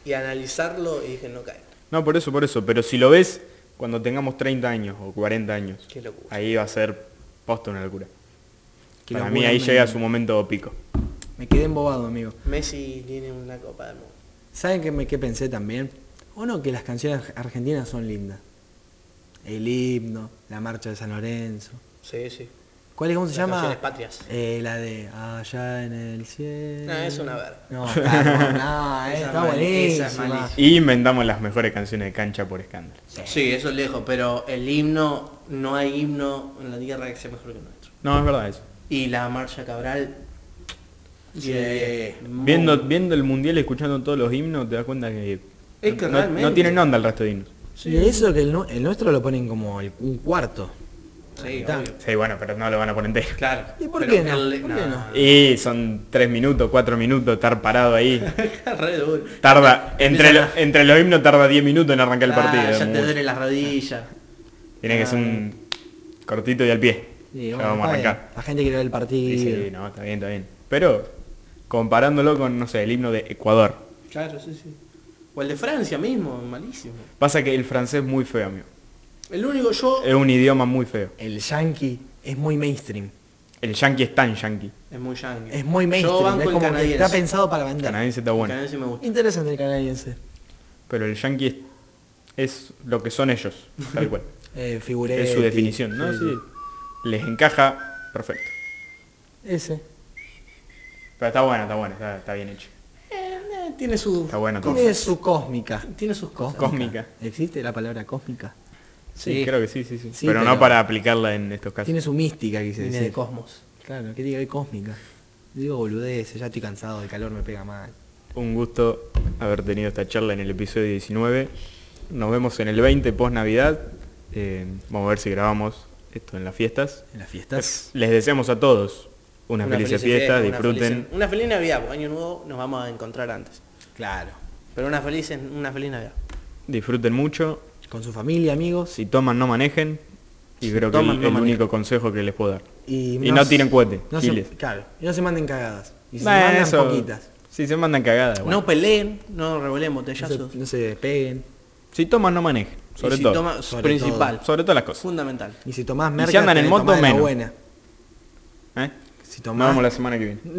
Speaker 2: y a analizarlo y dije, no caigo.
Speaker 1: No, por eso, por eso. Pero si lo ves cuando tengamos 30 años o 40 años,
Speaker 2: Qué locura.
Speaker 1: ahí va a ser posta una locura.
Speaker 3: Qué
Speaker 1: Para
Speaker 3: locura,
Speaker 1: mí ahí
Speaker 3: me-
Speaker 1: llega su momento pico.
Speaker 3: Me quedé embobado, amigo.
Speaker 2: Messi tiene una copa de mundo.
Speaker 3: ¿Saben qué, me, qué pensé también? Uno, que las canciones arg- argentinas son lindas. El himno, la marcha de San Lorenzo.
Speaker 2: Sí, sí.
Speaker 3: ¿Cuál es, cómo se
Speaker 2: Las
Speaker 3: llama?
Speaker 2: canciones patrias.
Speaker 3: Eh, la de Allá en el cielo.
Speaker 2: No, es una verga.
Speaker 3: No, está, no, no, eh,
Speaker 2: Esa
Speaker 3: está
Speaker 2: mal- esa
Speaker 3: buenísima.
Speaker 2: es malísima.
Speaker 1: Y inventamos las mejores canciones de cancha por escándalo.
Speaker 2: Sí, eso es lejos, pero el himno, no hay himno en la tierra que sea mejor que nuestro.
Speaker 1: No, es verdad eso.
Speaker 2: Y la marcha Cabral. diez.
Speaker 1: Viendo, viendo el mundial, escuchando todos los himnos, te das cuenta que,
Speaker 2: Es que
Speaker 1: no- no,
Speaker 2: realmente-
Speaker 1: tienen onda el resto de himnos.
Speaker 3: Y eso que el, nu- el nuestro lo ponen como el- un cuarto.
Speaker 2: Sí,
Speaker 3: Está.
Speaker 2: obvio.
Speaker 1: Sí, bueno, pero no lo van a poner entero.
Speaker 2: Claro.
Speaker 3: ¿Y por
Speaker 2: pero
Speaker 3: qué no?
Speaker 2: el-
Speaker 3: ¿Por qué no?
Speaker 1: Y son tres minutos, cuatro minutos, estar parado ahí.
Speaker 2: Re duro.
Speaker 1: Tarda, entre,
Speaker 2: Empiezan
Speaker 1: lo- entre los himnos tarda 10 minutos en arrancar el
Speaker 2: Ah,
Speaker 1: partido.
Speaker 2: Ya te
Speaker 1: mucho.
Speaker 2: duele las rodillas.
Speaker 1: Tiene que ser un cortito y al pie.
Speaker 3: Y
Speaker 1: ya
Speaker 3: bueno,
Speaker 1: vamos a
Speaker 3: está bien.
Speaker 1: arrancar.
Speaker 3: La gente quiere ver el
Speaker 1: Sí,
Speaker 3: partido.
Speaker 1: sí, no, está bien, está bien. Pero comparándolo con, no sé, el himno de Ecuador.
Speaker 2: Claro, sí, sí. O el de Francia mismo, malísimo.
Speaker 1: Pasa que el francés es muy feo, amigo.
Speaker 2: El único yo
Speaker 1: Es un idioma muy feo.
Speaker 3: El yankee es muy mainstream.
Speaker 1: El yankee es tan yankee.
Speaker 2: es muy yankee.
Speaker 3: Es muy
Speaker 2: Yo
Speaker 3: mainstream. es
Speaker 2: banco el
Speaker 3: como que
Speaker 2: canadiense.
Speaker 3: está pensado para
Speaker 1: El
Speaker 3: vender.
Speaker 1: canadiense está
Speaker 2: El
Speaker 1: bueno.
Speaker 2: canadiense me gusta.
Speaker 3: Interesante el canadiense.
Speaker 1: Pero el yankee es, es lo que son ellos, tal cual.
Speaker 3: Eh, figuré.
Speaker 1: es su definición, ¿no? Sí. Les encaja perfecto.
Speaker 3: Ese.
Speaker 1: Pero está bueno, está bueno, está, está bien hecho.
Speaker 2: Eh, eh, tiene su.
Speaker 1: Está bueno todo.
Speaker 3: Tiene su cósmica.
Speaker 2: Tiene sus cosas.
Speaker 1: Cósmica.
Speaker 3: ¿Existe la palabra cósmica?
Speaker 1: Sí, creo que sí, sí, sí.
Speaker 3: Sí,
Speaker 1: pero,
Speaker 3: pero-
Speaker 1: no para aplicarla en estos casos.
Speaker 3: Tiene su mística, quise
Speaker 2: Viene de
Speaker 3: decir.
Speaker 2: Cosmos.
Speaker 3: Claro, ¿qué tiene que ver cósmica? Digo boludez, ya estoy cansado, el calor me pega mal.
Speaker 1: Un gusto haber tenido esta charla en el episodio 19. Nos vemos en el 20 post Navidad. Eh, vamos a ver si grabamos esto en las fiestas.
Speaker 3: En las fiestas.
Speaker 1: Les deseamos a todos unas
Speaker 2: Una
Speaker 1: felices
Speaker 2: feliz
Speaker 1: fiestas,
Speaker 2: fiesta, una
Speaker 1: disfruten.
Speaker 2: feliz- Una feliz, Navidad, porque año nuevo nos vamos a encontrar antes.
Speaker 3: Claro.
Speaker 2: Pero una feliz, una feliz Navidad.
Speaker 1: Disfruten mucho.
Speaker 3: Con su familia, amigos.
Speaker 1: Si toman, no manejen. Y creo
Speaker 2: toman,
Speaker 1: que
Speaker 2: no
Speaker 1: el, el
Speaker 2: manejen.
Speaker 1: único consejo que les puedo dar.
Speaker 3: Y,
Speaker 1: Y no tiren cohete,
Speaker 3: no se-
Speaker 1: giles.
Speaker 3: claro. Y no se manden cagadas. Y se
Speaker 1: Bueno,
Speaker 3: mandan
Speaker 1: eso-
Speaker 3: poquitas.
Speaker 1: Si se mandan cagadas. bueno.
Speaker 2: No peleen, no revoleen
Speaker 3: No se,
Speaker 2: botellazos.
Speaker 3: no se peguen.
Speaker 1: Si toman, no manejen. Sobre
Speaker 2: Y si
Speaker 1: todo.
Speaker 2: toma-
Speaker 3: Sobre
Speaker 2: principal,
Speaker 1: Sobre todas las cosas.
Speaker 2: fundamental.
Speaker 3: Y si tomás
Speaker 1: si
Speaker 3: merca,
Speaker 1: andan en
Speaker 3: tenés que
Speaker 1: moto,
Speaker 3: tomar de la
Speaker 1: menos.
Speaker 3: buena.
Speaker 1: ¿Eh?
Speaker 3: Si
Speaker 1: Nos
Speaker 3: tomás
Speaker 1: vemos la semana que viene.